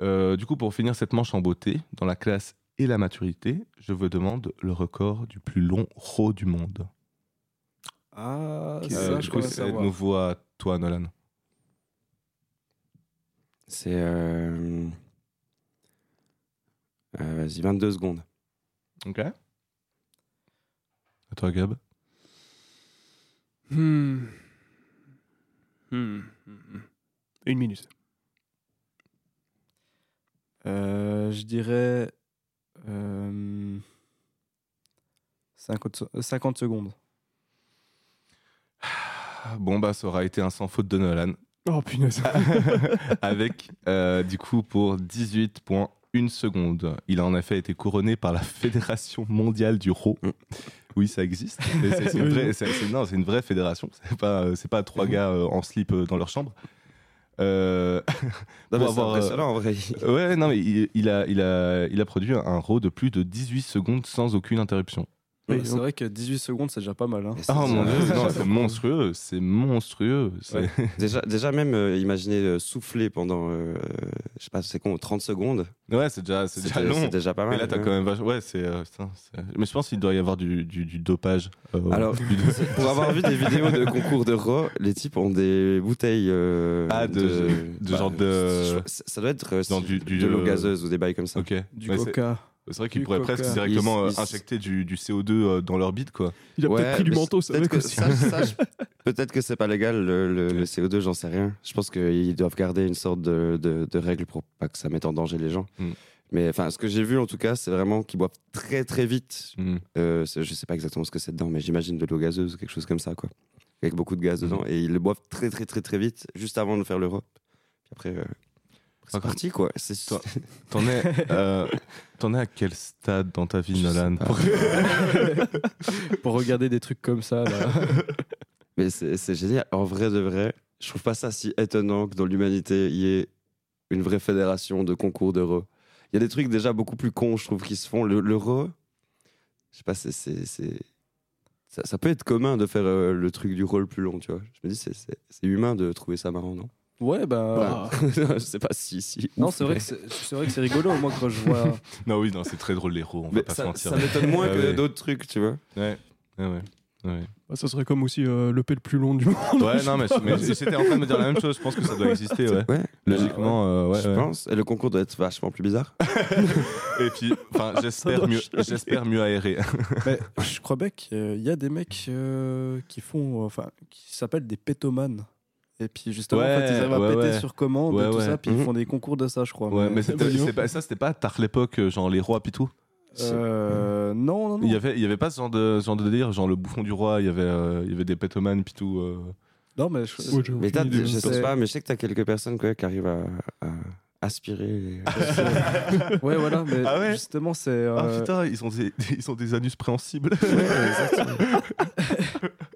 Euh, du coup, pour finir cette manche en beauté, dans la classe et la maturité, je vous demande le record du plus long row du monde. Ah, Euh, ça, du je coup, crois c'est de savoir. nouveau à toi, Nolan. C'est. euh, euh, Vas-y, 22 secondes. Ok. À toi, Gab. Hmm. Hmm. Une minute. Euh, je dirais. euh, 50, se- euh, 50 secondes. Bon, bah, ça aura été un sans faute de Nolan. Oh punaise. avec euh, du coup pour 18.1 secondes. Il a en effet été couronné par la Fédération mondiale du row. Mm. Oui, ça existe. mais c'est- C'est une, Oui. vraie- c'est- c'est- non, c'est une vraie fédération. C'est pas, euh, c'est pas trois gars euh, en slip euh, dans leur chambre. Euh, Non, Pour mais c'est avoir, euh, impressionnant en vrai. ouais, non, mais il, il a, il, a, il a produit un row de plus de 18 secondes sans aucune interruption. Oui, Ouais, c'est on- vrai que 18 secondes, c'est déjà pas mal. Hein. Mais c'est- Ah mon c'est- dieu, non, c'est monstrueux, c'est monstrueux. c'est- Ouais. Déjà, déjà même, euh, imaginez euh, souffler pendant, euh, je sais pas, c'est con, 30 secondes. Ouais, c'est déjà, c'est déjà long. C'est déjà pas mal. Mais là, t'as hein. quand même vach- Ouais, c'est. euh, putain, c'est- Mais je pense qu'il doit y avoir du, du, du dopage. euh, Alors, du- c'est- pour avoir vu des vidéos de concours de Raw, les types ont des bouteilles. euh, bah, Ah, de- de genre de- je- Ça doit être euh, Dans si- du- du- de l'eau gazeuse ou des bails comme ça. Ok. Du Ouais, c'est- coca. c'est vrai qu'ils du pourraient coca. presque directement Ils- euh, ils- injecter du, du CO2 euh, dans leur bide, quoi. Il a Ouais, peut-être pris du mais manteau, ça peut-être mec, que, aussi. ça, ça, je- peut-être que c'est pas légal le, le- le CO2, j'en sais rien. Je pense qu'ils doivent garder une sorte de, de- de règle pour pas que ça mette en danger les gens. Mm. Mais enfin, ce que j'ai vu en tout cas, c'est vraiment qu'ils boivent très très vite. Euh, c'est- je sais pas exactement ce que c'est dedans, mais j'imagine de l'eau gazeuse, quelque chose comme ça, quoi. Avec beaucoup de gaz Mm. Mhm. dedans. Et ils le boivent très très très très vite, juste avant de faire l'Europe. Puis après, euh, c'est Par contre, parti, quoi. C'est toi, T'en es, euh, t'en es à quel stade dans ta vie, Je sais Nolan pas. Pour- Pour regarder des trucs comme ça, là. Mais c'est c'est génial. En vrai de vrai, je trouve pas ça si étonnant que dans l'humanité, il y ait une vraie fédération de concours d'euro. Il y a des trucs déjà beaucoup plus cons, je trouve, qui se font. Le- L'euro, je sais pas, c'est. c'est- c'est- Ça, ça peut être commun de faire euh, le truc du rôle plus long, tu vois. Je me dis, c'est- c'est c'est humain de trouver ça marrant, non Ouais, bah. Ah. Je sais pas si. si Non, ouf, c'est vrai, mais- que c'est c'est vrai que c'est rigolo. Moi, quand je vois. Non, oui, non, c'est très drôle, les rots, on Mais va pas se ça, mentir. ça m'étonne moins Ah que oui. d'autres trucs, tu vois. Ouais. Ouais, ouais. Ouais. Bah, ça serait comme aussi euh, le P le plus long du monde. Ouais, non, mais, mais j'étais en train de me dire la même chose. Je pense que ça doit exister, ouais. Ouais, Logiquement, euh, ouais, je ouais. pense. Et le concours doit être vachement plus bizarre. Et puis, enfin, j'espère doit mieux, choquer. j'espère mieux aéré. Mais je crois bien qu'il euh, y a des mecs euh, qui font. euh, Enfin, qui s'appellent des pétomanes. Et puis, justement, en Ouais, fait, ils arrivent ouais, à péter ouais. sur commande Ouais, et tout ouais. ça. Puis, Mhm. ils font des concours de ça, je crois. Ouais, mais c'était- Bah, dis donc. c'est pas- ça, c'était pas à tard l'époque, euh, genre les rois pitou. Euh, non, non, non. Il y avait, il y avait pas ce genre de, ce genre de délire, genre le bouffon du roi, il y avait, euh, il y avait des pétomanes pis tout. euh. Non, mais je- Ouais, j'ai Mais aucune t'as, idée. je sais C'est- pas, mais je sais que t'as quelques personnes quoi, qui arrivent à, à aspirer. les- ouais, voilà. Mais Ah ouais justement, c'est. euh, Ah putain, ils ont des, ils ont des anus préhensibles.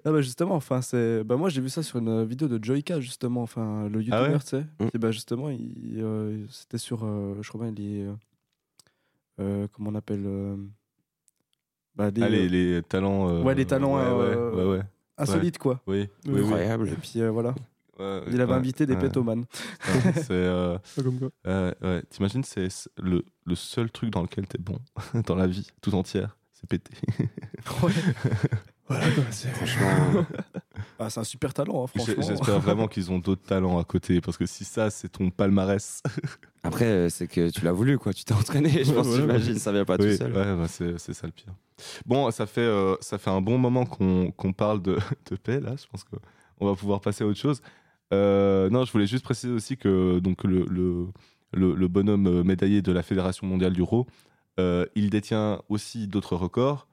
Ah bah justement, enfin c'est, bah moi j'ai vu ça sur une vidéo de Joyka justement, enfin le Ah youtubeur ouais tu sais, Mm. Puis bah justement il, euh, c'était sur, euh, je crois bien les, euh, euh, comment on appelle, euh, bah les, Ah, les, les talents. euh, Ouais, les talents, Ouais, euh, ouais, ouais, ouais. insolites quoi. Oui, oui, oui. Incroyable. Et puis euh, voilà, Ouais, il avait ouais, invité des ouais. pétomanes. Putain, C'est. euh, Pas comme quoi. euh, ouais, T'imagines, c'est c'est le, le seul truc dans lequel t'es bon dans la vie, tout entière, c'est pété. Voilà, quoi, c'est- Franchement, Ah, c'est un super talent, hein, J'ai- franchement. J'espère vraiment qu'ils ont d'autres talents à côté, parce que si ça, c'est ton palmarès. après, euh, c'est que tu l'as voulu, quoi. Tu t'es entraîné, je Ouais, pense, voilà. j'imagine, ça vient pas Oui, tout seul. ouais, bah, c'est c'est ça le pire. Bon, ça fait, euh, ça fait un bon moment qu'on qu'on parle de, de paix, là. Je pense qu'on va pouvoir passer à autre chose. Euh, non, je voulais juste préciser aussi que donc, le, le, le- le bonhomme euh, médaillé de la Fédération mondiale du Raw, euh, il détient aussi d'autres records,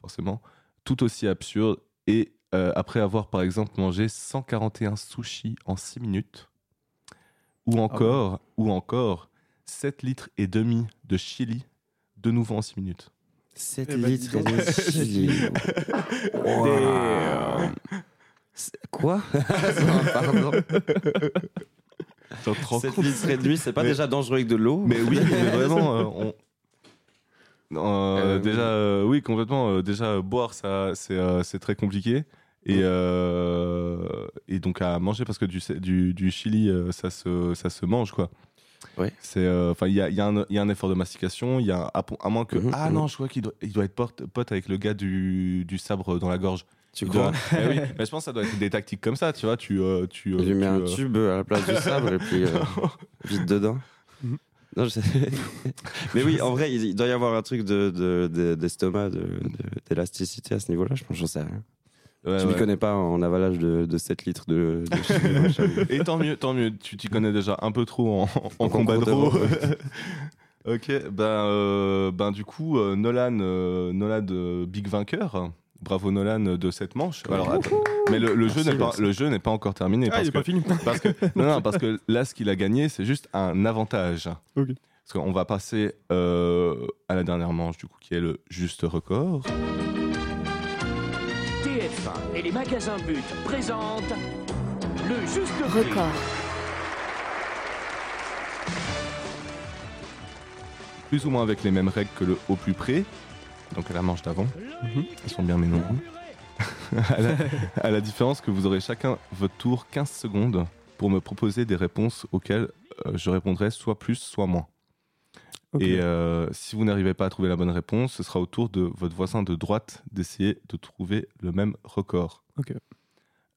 forcément, tout aussi absurdes. Et euh, après avoir, par exemple, mangé 141 sushis en 6 minutes, ou encore, ou encore 7 litres et demi de chili de nouveau en 6 minutes. 7 Eh ben, litres dis donc. de chili. Wow. Damn. C'est- Quoi Pardon. T'en te rends 7 compte litres et demi, c'est pas Mais- déjà dangereux avec de l'eau Mais oui, mais vraiment, euh, on- Non, euh, Euh, déjà, euh, oui, complètement. euh, déjà, euh, boire, ça, c'est euh, c'est très compliqué. Et, euh, et donc à manger parce que du, du, du chili euh, ça se, ça se mange quoi. Ouais. C'est euh, enfin il y a, il y a un- il y a un effort de mastication, il y a à, à moins que Mhm, ah mhm. non je crois qu'il doit, il doit être porte- pote avec le gars du, du sabre dans la gorge. Tu Il crois doit- Eh oui, mais je pense que ça doit être des tactiques comme ça tu vois tu euh, tu, euh, Je lui mets tu, un euh, tube à la place du sabre et puis euh, vite dedans. Mhm. Non, je sais. Mais oui, en vrai, il il doit y avoir un truc de- de- de- d'estomac, de, de- d'élasticité à ce niveau-là, je pense, j'en sais rien. ouais, je m'y ouais. connais pas en avalage de, de 7 litres de, de chili, machin. Et tant mieux, tant mieux. Tu t'y connais déjà un peu trop en, en En combat de concours de roue. ok, ben, euh, ben du coup, euh, Nolan, euh, Nolan euh, big vainqueur. Bravo Nolan euh, de cette manche. Alors, attends, mais le, le jeu Merci, n'est pas, merci. le jeu n'est pas encore terminé. Ah, parce il est que- pas fini. parce que, non, non, parce que là, ce qu'il a gagné, c'est juste un avantage. Ok. Parce qu'on va passer euh, à la dernière manche, du coup, qui est le juste record. TF1 et les magasins But présentent le juste prix. record, Plus ou moins avec les mêmes règles que le au plus près. Donc à la manche d'avant. Mhm. Ils sont bien mes noms. à, la, à la différence que vous aurez chacun votre tour 15 secondes pour me proposer des réponses auxquelles euh, je répondrai soit plus, soit moins. Ok. Et euh, si vous n'arrivez pas à trouver la bonne réponse, ce sera au tour de votre voisin de droite d'essayer de trouver le même record. Ok.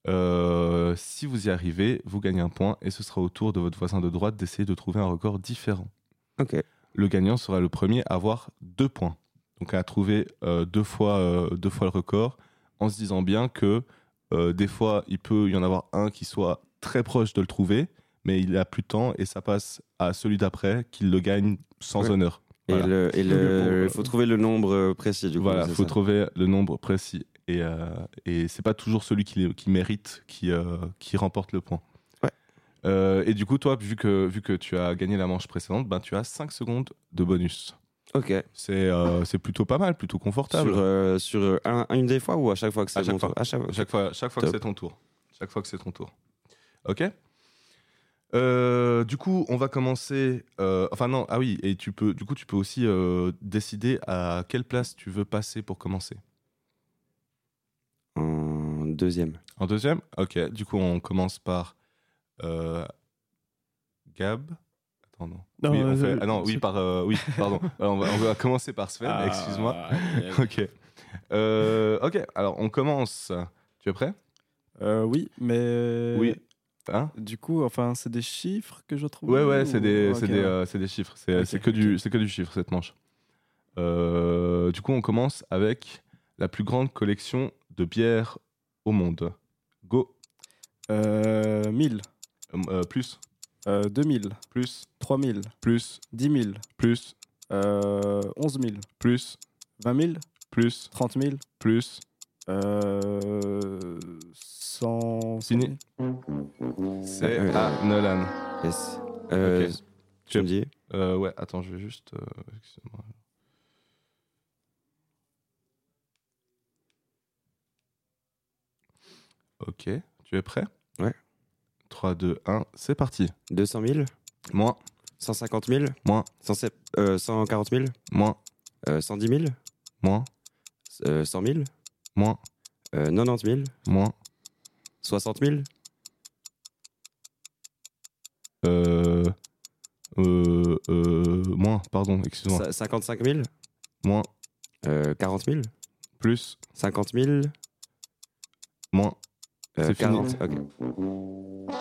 Euh, si vous y arrivez, vous gagnez un point et ce sera au tour de votre voisin de droite d'essayer de trouver un record différent Ok. le gagnant sera le premier à avoir deux points. Donc à trouver euh, deux, fois, euh, deux fois le record, en se disant bien que euh, des fois, il peut y en avoir un qui soit très proche de le trouver, mais il a plus de temps et ça passe à celui d'après qu'il le gagne sans Ouais. honneur. Et Voilà. euh, le, et le- faut trouver le nombre euh, précis du coup. voilà, c'est faut ça. trouver le nombre précis. Et, euh, et c'est pas toujours celui qui, qui mérite qui, euh, qui remporte le point. Ouais. Euh, et du coup, toi, vu que, vu que tu as gagné la manche précédente, ben, tu as 5 secondes de bonus. Ok. C'est euh, c'est plutôt pas mal, plutôt confortable. Sur, euh, sur euh, un- une des fois ou à chaque fois que À c'est chaque mon fois. tour À chaque fois. Chaque fois, chaque fois que Top. c'est ton tour. Chaque fois que c'est ton tour. Ok Euh, du coup, on va commencer. euh, enfin non, ah oui, et tu peux. Du coup, tu peux aussi euh, décider à quelle place tu veux passer pour commencer. En deuxième. En deuxième, ok. Du coup, on commence par euh, Gab. Attends non. Non, oui, on euh, fait- ah non, oui c'est- Ah, par. euh, oui, pardon. Alors, on, va, on va commencer par Sven. Excuse-moi. Ok. Euh, ok. Alors, on commence. Tu es prêt Euh, oui, mais. Oui. Hein Du coup, enfin, c'est des chiffres que je trouve. Ouais, ouais, c'est des, ou- c'est ok, des, ouais. euh, c'est des chiffres. C'est Ok, c'est que, ok. du c'est que du chiffre, cette manche. Euh, du coup, on commence avec la plus grande collection de bières au monde. Go. Euh, 1000, Euh, euh, plus, euh, 2000, plus, 3000, plus, 10 000, plus, euh, 11 000, plus, 20 000, plus, 30 000, plus. euh, 100. Fini. C'est Euh, à Nolan. Yes. Euh, Ok. Tu me dis Euh, ouais, attends, je vais juste. euh, excuse-moi. Ok, tu es prêt Ouais. 3, 2, 1, c'est parti. 200 000 Moins, 150 000 Moins. 107 euh, 140 000 moins, euh, 110 000 moins, euh, 100 000 moins, euh, 90 000 moins. 60 000 Euh, euh, euh, moins, pardon, excuse-moi. ça- 55 000 Moins, euh, 40 000 plus, 50 000 Moins. Euh, C'est fini. 40, ok.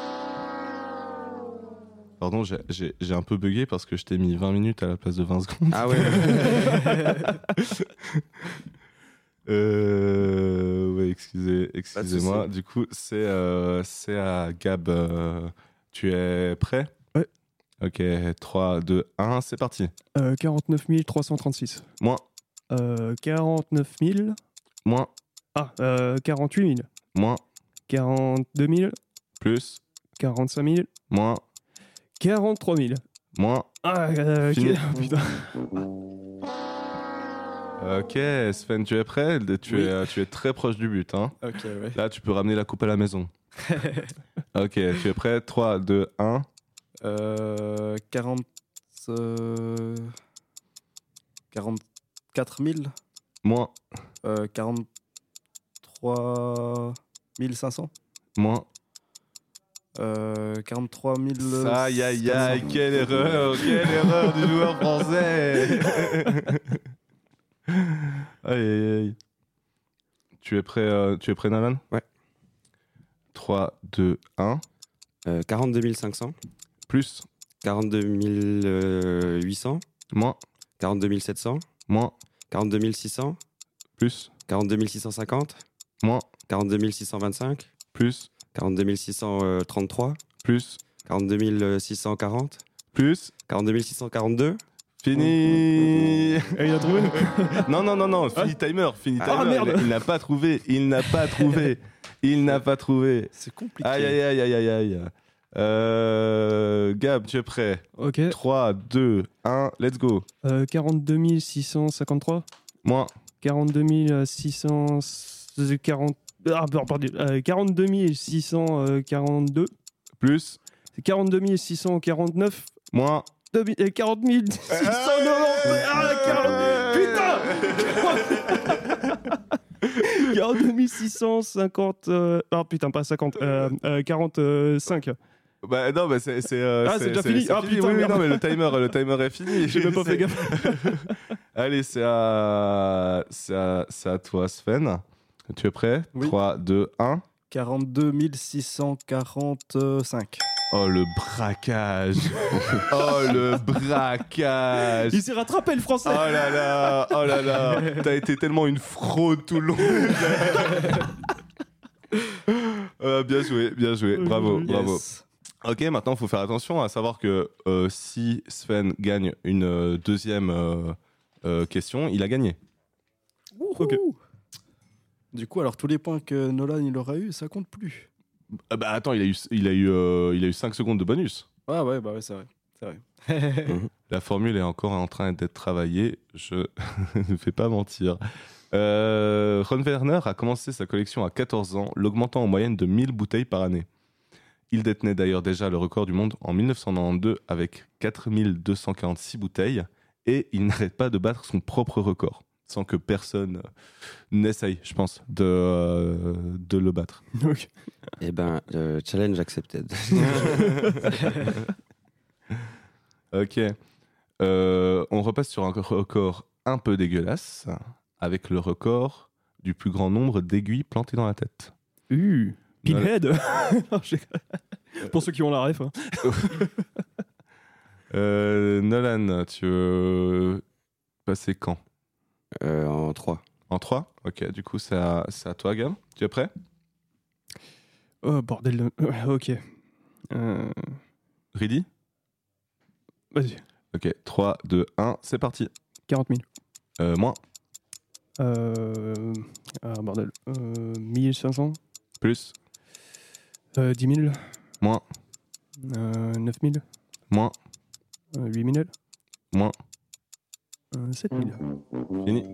Pardon, j'ai- j'ai j'ai un peu bugué parce que je t'ai mis 20 minutes à la place de 20 secondes. Ah ouais. Euh, ouais, excusez, Pas de excusez-moi. souci. Du coup, c'est euh, c'est à Gab. euh, tu es prêt Ouais. Ok, 3, 2, 1, c'est parti. Euh, 49 336. Moins, Euh, 49 000. moins, Ah, euh, 48 000. moins, 42 000. plus, 45 000. moins, 43 000. moins. Ah, euh, Fini. ok, putain. Ok, Sven, tu es prêt tu, Oui. es, tu es très proche du but. Hein. Ok, ouais. Là, tu peux ramener la coupe à la maison. ok, tu es prêt 3, 2, 1. Euh, 40. euh, 44 000 Moins, euh, 43 500 moins. euh, 43 000. Ça, aïe, aïe, aïe, quelle erreur, quelle erreur du joueur français Aïe, aïe, aïe. Tu es prêt, euh, tu es prêt Nalan Ouais. 3, 2, 1, Euh, 42 500, plus, 42 euh, 800, moins, 42 700, moins, 42 600, plus, 42 650, moins, 42 625, plus, 42 633, plus, 42 640, plus, 42 642. fini Eh, il a trouvé Non, non, non, non, fini timer, fini timer. Ah, Hein merde. Il- il n'a pas trouvé, il n'a pas trouvé, il n'a pas trouvé. C'est compliqué. Aïe, aïe, aïe, aïe, aïe, aïe. Euh, Gab, tu es prêt Ok. 3, 2, 1, let's go. Euh, 42 653. Moins, 42 640. Ah, pardon, pardon, euh, 42 642. plus, C'est 42 649. moins. 2000, euh, 40 690. Ah, 40, putain 42 650. euh, ah, putain, pas 50. euh, euh, 45. Bah non, mais c'est. c'est, euh, Ah, c'est déjà fini. Ah, putain, oui, oui, merde. non, mais le timer, le timer est fini. J'ai même pas fait gaffe. Allez, c'est à... c'est à. c'est à toi, Sven. Tu es prêt Oui. 3, 2, 1. 42 645. Oh le braquage Oh le braquage Il s'est rattrapé, le Oh français. là là Oh là là T'as été tellement une fraude tout le long Euh, Bien joué, bien joué, bravo, Yes. bravo. Ok, maintenant, il faut faire attention à savoir que euh, si Sven gagne une euh, deuxième euh, euh, question, il a gagné. Ok. Du coup, alors tous les points que Nolan il aura eu, ça compte plus. Ah bah attends, il a eu, il a eu, euh, il a eu 5 secondes de bonus. Ah ouais, bah ouais, c'est vrai. La formule est encore en train d'être travaillée, je ne vais pas mentir. Euh, Ron Werner a commencé sa collection à 14 ans, l'augmentant en moyenne de 1000 bouteilles par année. Il détenait d'ailleurs déjà le record du monde en 1992 avec 4246 bouteilles et il n'arrête pas de battre son propre record sans que personne euh, n'essaye, je pense, de, euh, de le battre. Ok. Eh ben, euh, challenge accepted. Ok. Euh, on repasse sur un record un peu dégueulasse, avec le record du plus grand nombre d'aiguilles plantées dans la tête. Uh, Nolan- Pinhead. Non, j'ai- Pour ceux qui ont la ref. hein. Euh, Nolan, tu veux passer quand Euh, en 3. En 3 Ok, du coup, c'est à, c'est à toi, Gab. Tu es prêt Oh, bordel de. Ouais, Ok. Euh, Ready Vas-y. Ok, 3, 2, 1, c'est parti. 40 000. Euh, moins, Euh... Ah, bordel. Euh, 1500. plus, Euh, 10 000. Moins. Euh, 9 000. moins, Euh, 8 000. Moins. Euh, 7 000. fini.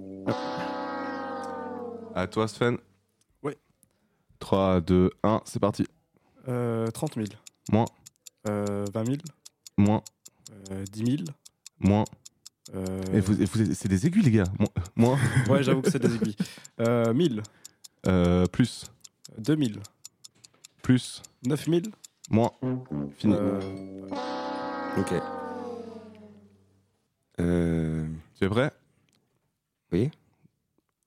À toi, Sven. Ouais. 3, 2, 1, c'est parti. Euh, 30 000. Moins. Euh, 20 000. Moins, Euh, 10 000. moins. Euh, Et vous- et vous- c'est des aiguilles, les gars. Moins. euh, moins. Ouais, j'avoue que c'est des aiguilles. Euh, 1000. Euh, plus, 2000. plus, 9000. moins, fini. Euh, Ok. Euh, Tu es prêt Oui.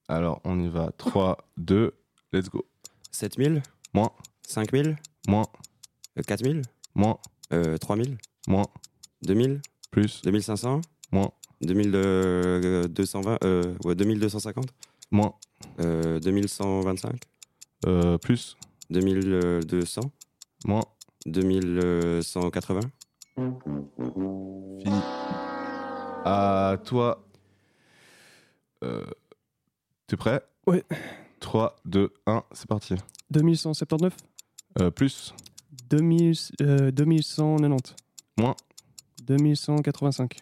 Alors, on y va. 3, 2, let's go. 7 7000 Moins. 5000 Moins, 4000 moins, 3000 moins, 2000 plus, 2500 moins, 2220 euh, ouais, 2250 moins, euh, 2125 euh, plus, 2200 moins. 2180 Fini. À toi. Euh, T'es prêt Ouais. 3, 2, 1, c'est parti. 2179 Euh, plus, 2000, euh, 2190 Moins. 2185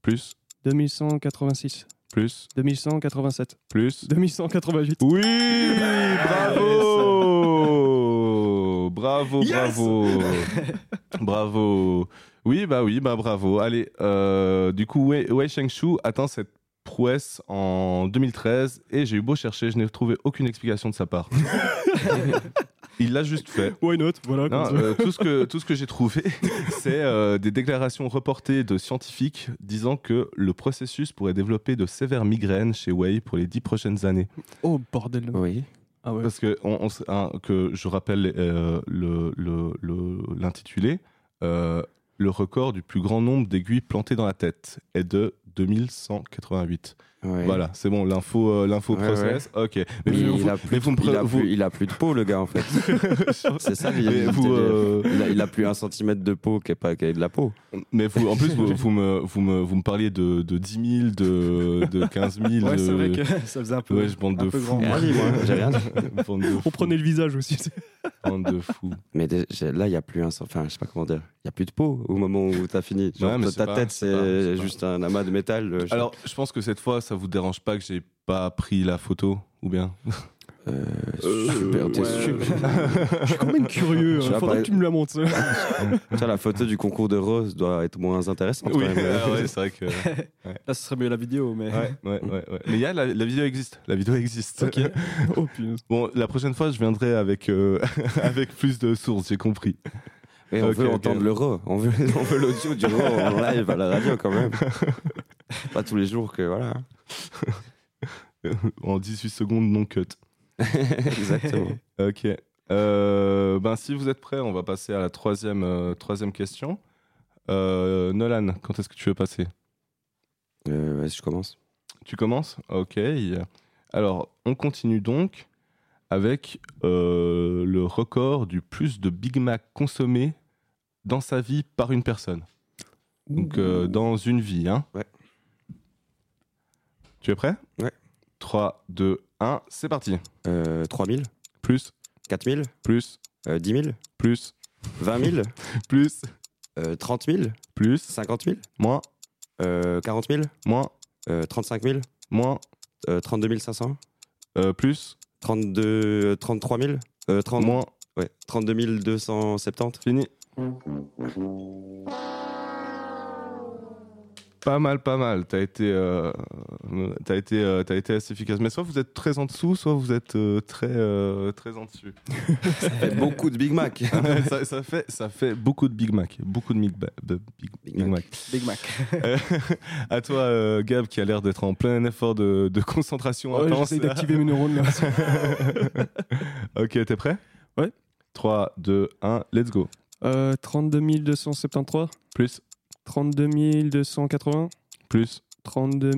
plus, 2186 plus, 2187 plus. 2188 Oui Bravo Bravo, bravo Bravo Oui, bah oui, bah bravo. Allez, euh, du coup, Wei, Wei Shengshu atteint cette prouesse en 2013 et j'ai eu beau chercher, je n'ai trouvé aucune explication de sa part. Il l'a juste fait. Why not Voilà, Non, comme ça. euh, tout ce que, tout ce que j'ai trouvé, c'est euh, des déclarations reportées de scientifiques disant que le processus pourrait développer de sévères migraines chez Wei pour les dix prochaines années. Oh bordel. Euh, Oui. Ah ouais. Parce que, on, on s- hein, que je rappelle euh, le- le- le- l'intitulé, euh, le record du plus grand nombre d'aiguilles plantées dans la tête est de 2188. Ouais. Voilà, c'est bon, l'info euh, l'info Ouais, process, ok. Mais, Mais vous- il, vous- a mais plus, vous me pre- il a vous- plus- il a plus de peau, le gars, en fait. C'est ça, il, mais vous, euh, il, a, il a plus un centimètre de peau qui est pas qui est de la peau. Mais vous, en plus, vous, vous me, vous, me, vous me parliez de, de 10 000, de, de 15 000. Ouais, c'est de- vrai que ça faisait un peu. Ouais, je bande un de peu fous. grand. moi. Allez, moi, j'ai rien dit. Bande de fous. On prenait le visage aussi. Bande de fous. Mais dé- j'ai- là, il y a plus un. cent- Enfin, je sais pas comment dire. Il y a plus de peau au moment où t'as fini. Genre, Ouais, mais ta- c'est ta pas- tête, c'est pas- c'est c'est pas- juste un amas de métal. euh, je- Alors, je pense que cette fois, ça vous dérange pas que j'ai pas pris la photo, ou bien Euh, Euh, super, t'es ouais. super. Je suis quand même curieux. Je hein. vais Faudrait pas- que tu me la montres. ça. Tu vois, la photo du concours de Rose doit être moins intéressante. quand même. ah ouais, c'est vrai que. Là, ce serait mieux la vidéo, mais. Ouais, ouais, ouais, ouais. Mais il y a la, la vidéo existe. La vidéo existe. Ok. Oh punaise. Bon, la prochaine fois, je viendrai avec, euh, avec plus de sources, j'ai compris. Et on Ok, veut ok. entendre le Raw. On veut, on veut l'audio du Raw en live à la radio, quand même. pas tous les jours que. Voilà. en 18 secondes, non cut. Exactement. Ok. Euh, ben, si vous êtes prêts, on va passer à la troisième, euh, troisième question. Euh, Nolan, quand est-ce que tu veux passer Euh, vas-y, je commence. Tu commences Ok. Alors, on continue donc avec euh, le record du plus de Big Mac consommés dans sa vie par une personne. Donc, euh, dans une vie. Hein. Ouais. Tu es prêt Ouais. 3, 2, 1, c'est parti. Euh, 3000, Plus, 4000, plus, euh, 10 000, plus, 20 000, plus, euh, 30 000, plus, 50 000, moins, euh, 40 000, moins, euh, 35 000, moins, euh, 32 500, Euh, plus, 32, euh, 33 000, euh, 30 moins, ouais, 32 270. fini. Pas mal, pas mal. T'as été, euh, t'as été, euh, t'as été assez efficace. Mais soit vous êtes très en dessous, soit vous êtes euh, très, euh, très en dessus. Ça fait beaucoup de Big Mac. ça, ça fait, ça fait beaucoup de Big Mac, beaucoup de Big, Ba- de Big- Big Big Mac. Big Mac. Euh, à toi, euh, Gab, qui a l'air d'être en plein effort de, de concentration Ouais, intense. J'essaie Oh, d'activer mes neurones là. ok, t'es prêt Ouais. 3, 2, 1, let's go. Euh, 32 273, Plus, 32 280, plus, 32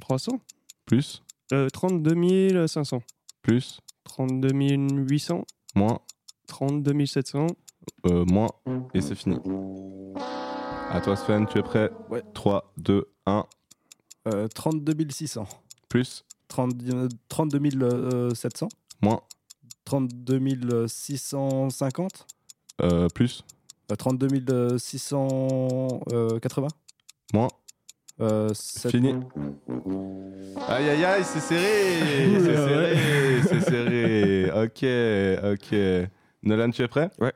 300, plus, euh, 32 500, plus, 32 800, moins, 32 700. euh, moins, et c'est fini. À toi, Sven, tu es prêt Ouais. 3, 2, 1, Euh, 32 600. plus, 30, 32 euh, 700. moins, 32 650. euh, plus, euh, 32 680. moins, Euh, sept- fini. Aïe, aïe, aïe, c'est serré Oula, C'est serré, c'est serré. Ok, ok. Nolan, tu es prêt Ouais.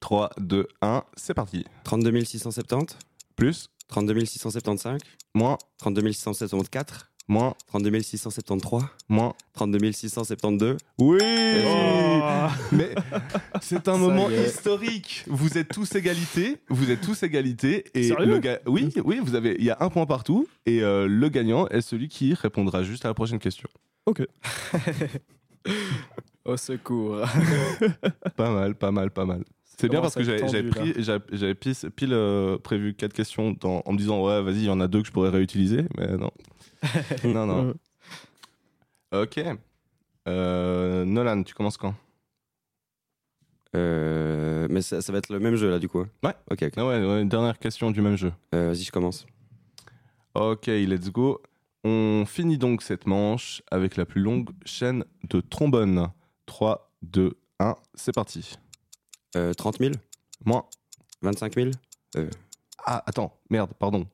3, 2, 1, c'est parti. 32 670, Plus, 32 675, moins, 32 674, moins, 32 673, moins. 32 672. Oui Oh. Mais c'est un moment y est. historique. Vous êtes tous égalité. Vous êtes tous égalité. Et Sérieux le ga- oui, oui, vous avez. Il y a un point partout et euh, le gagnant est celui qui répondra juste à la prochaine question. Au secours. Pas mal, pas mal, pas mal. C'est bien parce que j'avais j'avais pris, j'avais j'avais pis- pile, euh, prévu quatre questions dans- en me disant ouais vas-y il y en a deux que je pourrais réutiliser mais non non non ok Euh, Nolan tu commences quand Euh, mais ça, ça va être le même jeu là du coup. hein Ouais. Ok, ok. ah ouais, ouais, une dernière question du même jeu Euh, Vas-y, je commence. ok let's go on finit donc cette manche avec la plus longue chaîne de trombone 3 2 1 c'est parti Euh, 30 000 moins 25 000 ah attends merde pardon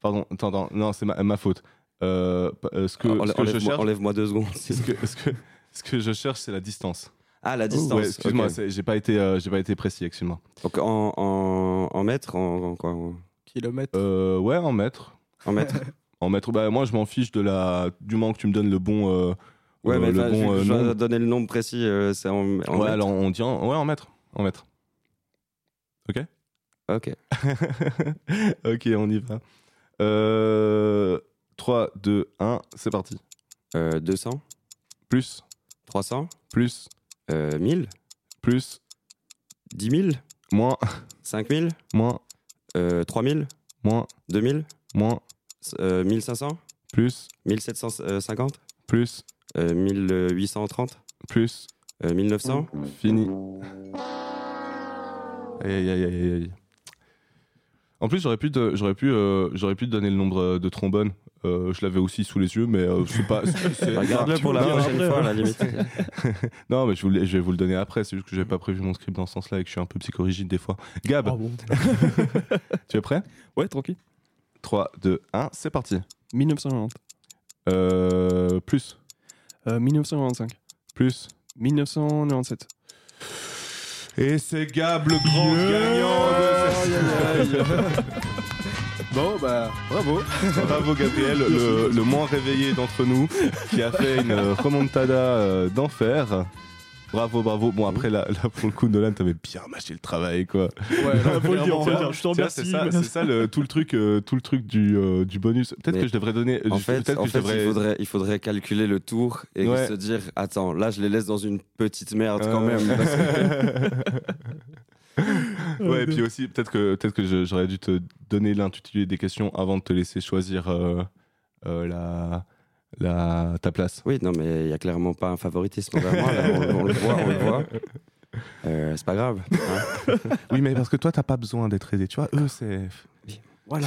pardon attends, attends non c'est ma, ma faute Euh, p- euh, ce que, Enlè- ce que je Enlève-moi cherche enlève-moi deux secondes. ce que, ce que- ce que je cherche, c'est la distance. Ah, la distance. Ouais, excuse-moi, ok. c'est- j'ai pas été, euh, j'ai pas été précis, excuse-moi. Donc en, en, en mètres, en, en quoi en- Kilomètre. Euh, ouais, en mètres, En mètres en mètres. Bah moi, je m'en fiche de la, du moment que tu me donnes le bon, euh, Ouais, euh, mais le enfin, bon vu que euh, je dois nombre. donner le nombre précis, euh, c'est en, en ouais, mètres. alors on dit, en, ouais, en mètres, en mètres. Ok. ok, on y va. Euh, 3, 2, 1, c'est parti. Euh, 200 Plus, 300 plus, euh, 1000 plus, 10 000 moins, 5 000 moins, euh, 3 000 moins, 2 000 moins, euh, 1500 plus, 1750 plus, euh, 1830 plus, euh, 1900 Fini. Aïe, aïe, aïe, aïe, aïe. En plus, j'aurais pu, te- j'aurais pu, euh, j'aurais pu te donner le nombre euh, de trombones. Euh, je l'avais aussi sous les yeux, mais euh, je sais pas. c'est- c'est- Regarde-le Bah, pour la Non, prochaine fois, hein. à la limite. Non, mais je, voulais- je vais vous le donner après. C'est juste que j'avais pas prévu mon script dans ce sens-là et que je suis un peu psychorigide des fois. Gab, tu es prêt Ouais, Eh, tranquille. 3, 2, 1, c'est parti. 1990. Euh, plus, Euh, 1995. plus. 1997. Et c'est Gab le grand gagnant de cette Bon, bah, bravo. Bravo Gabriel, le, le moins réveillé d'entre nous, qui a fait une euh, remontada euh, d'enfer. Bravo, bravo. Bon, après, là, là, pour le coup, Nolan, t'avais bien mâché le travail, quoi. Ouais, là, Faut le dire, clairement, faut le dire. Je t'en Tu vois, C'est remercie. ça, c'est ça le, tout le truc, euh, tout le truc du, euh, du bonus. Peut-être Mais que je devrais donner. En je- fait, peut-être en que je fait, devrais- il, faudrait, il faudrait calculer le tour et Ouais. se dire attends, là je les laisse dans une petite merde quand Euh. même. parce que- ouais, et puis aussi, peut-être que, peut que je- j'aurais dû te donner l'intitulé des questions avant de te laisser choisir euh, euh, la, la, ta place. Oui, non, mais il n'y a clairement pas un favoritisme envers moi. là, on, on le voit, on le voit. Euh, c'est pas grave. hein. Oui, mais parce que toi, t'as pas besoin d'être aidé. Tu Bah, vois, eux, c'est. Voilà.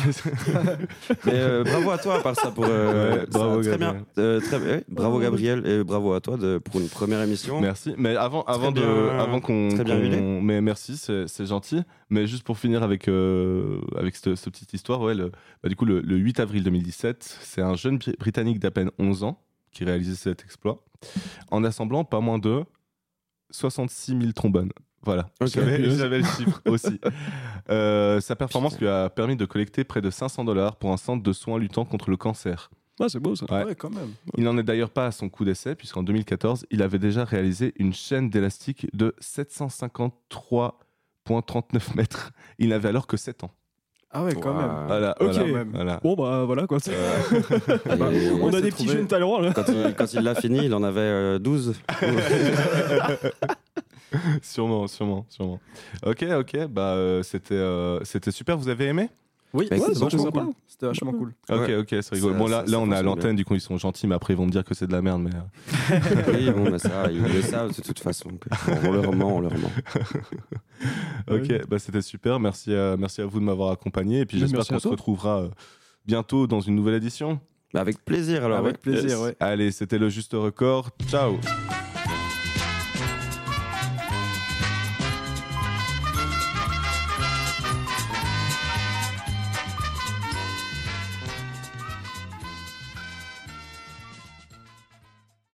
Mais euh, bravo à toi, à part ça, pour. euh, Ouais, ça, bravo, très Gabriel. bien. Euh, très- ouais, bravo, Gabriel, et bravo à toi de, pour une première émission. Merci. Mais avant, avant, de, bien- avant qu'on. très bien qu'on- huilé. Mais merci, c'est c'est gentil. Mais juste pour finir avec, euh, avec cette, cette petite histoire, ouais, le- bah, du coup, le, le 8 avril 2017, c'est un jeune Bri- Britannique d'à peine 11 ans qui réalisait cet exploit en assemblant pas moins de 66 000 trombones. Voilà, Ok. j'avais j'avais le chiffre aussi. Euh, sa performance lui a permis de collecter près de 500 dollars pour un centre de soins luttant contre le cancer. Ah, c'est beau ça. Ouais. Ouais, quand même. Il n'en est d'ailleurs pas à son coup d'essai, puisqu'en 2014, il avait déjà réalisé une chaîne d'élastique de 753,39 mètres. Il n'avait alors que 7 ans. Ah ouais, quand même. Voilà. Voilà, Ok. voilà, voilà. Bon, bah voilà Euh. quoi. Et- On a s'est des petits trouvé. jeunes talents là. Quand il, quand il l'a fini, il en avait euh, 12. sûrement, sûrement, sûrement. Ok, ok, bah euh, c'était euh, c'était super, vous avez aimé Oui, bah, Mais ouais, c'est c'était vachement vachement sympa. cool. C'était vachement cool. Ok, Ouais. ok, c'est rigolo. Ça- Bon, là, ça- ça là on est à fonctionne l'antenne, du coup, ils sont gentils, mais après, ils vont me dire que c'est de la merde. Mais... euh, oui, bon, mais ça, il le savent de toute façon. que- On le rement, on le rement. Ok, Ouais. bah c'était super. Merci à, merci à vous de m'avoir accompagné. Et puis Mais j'espère merci à qu'on se toi. retrouvera euh, bientôt dans une nouvelle édition. Mais Bah, avec plaisir, alors. Avec ouais. plaisir, Yes. ouais. Allez, c'était le juste record. Ciao. Yes.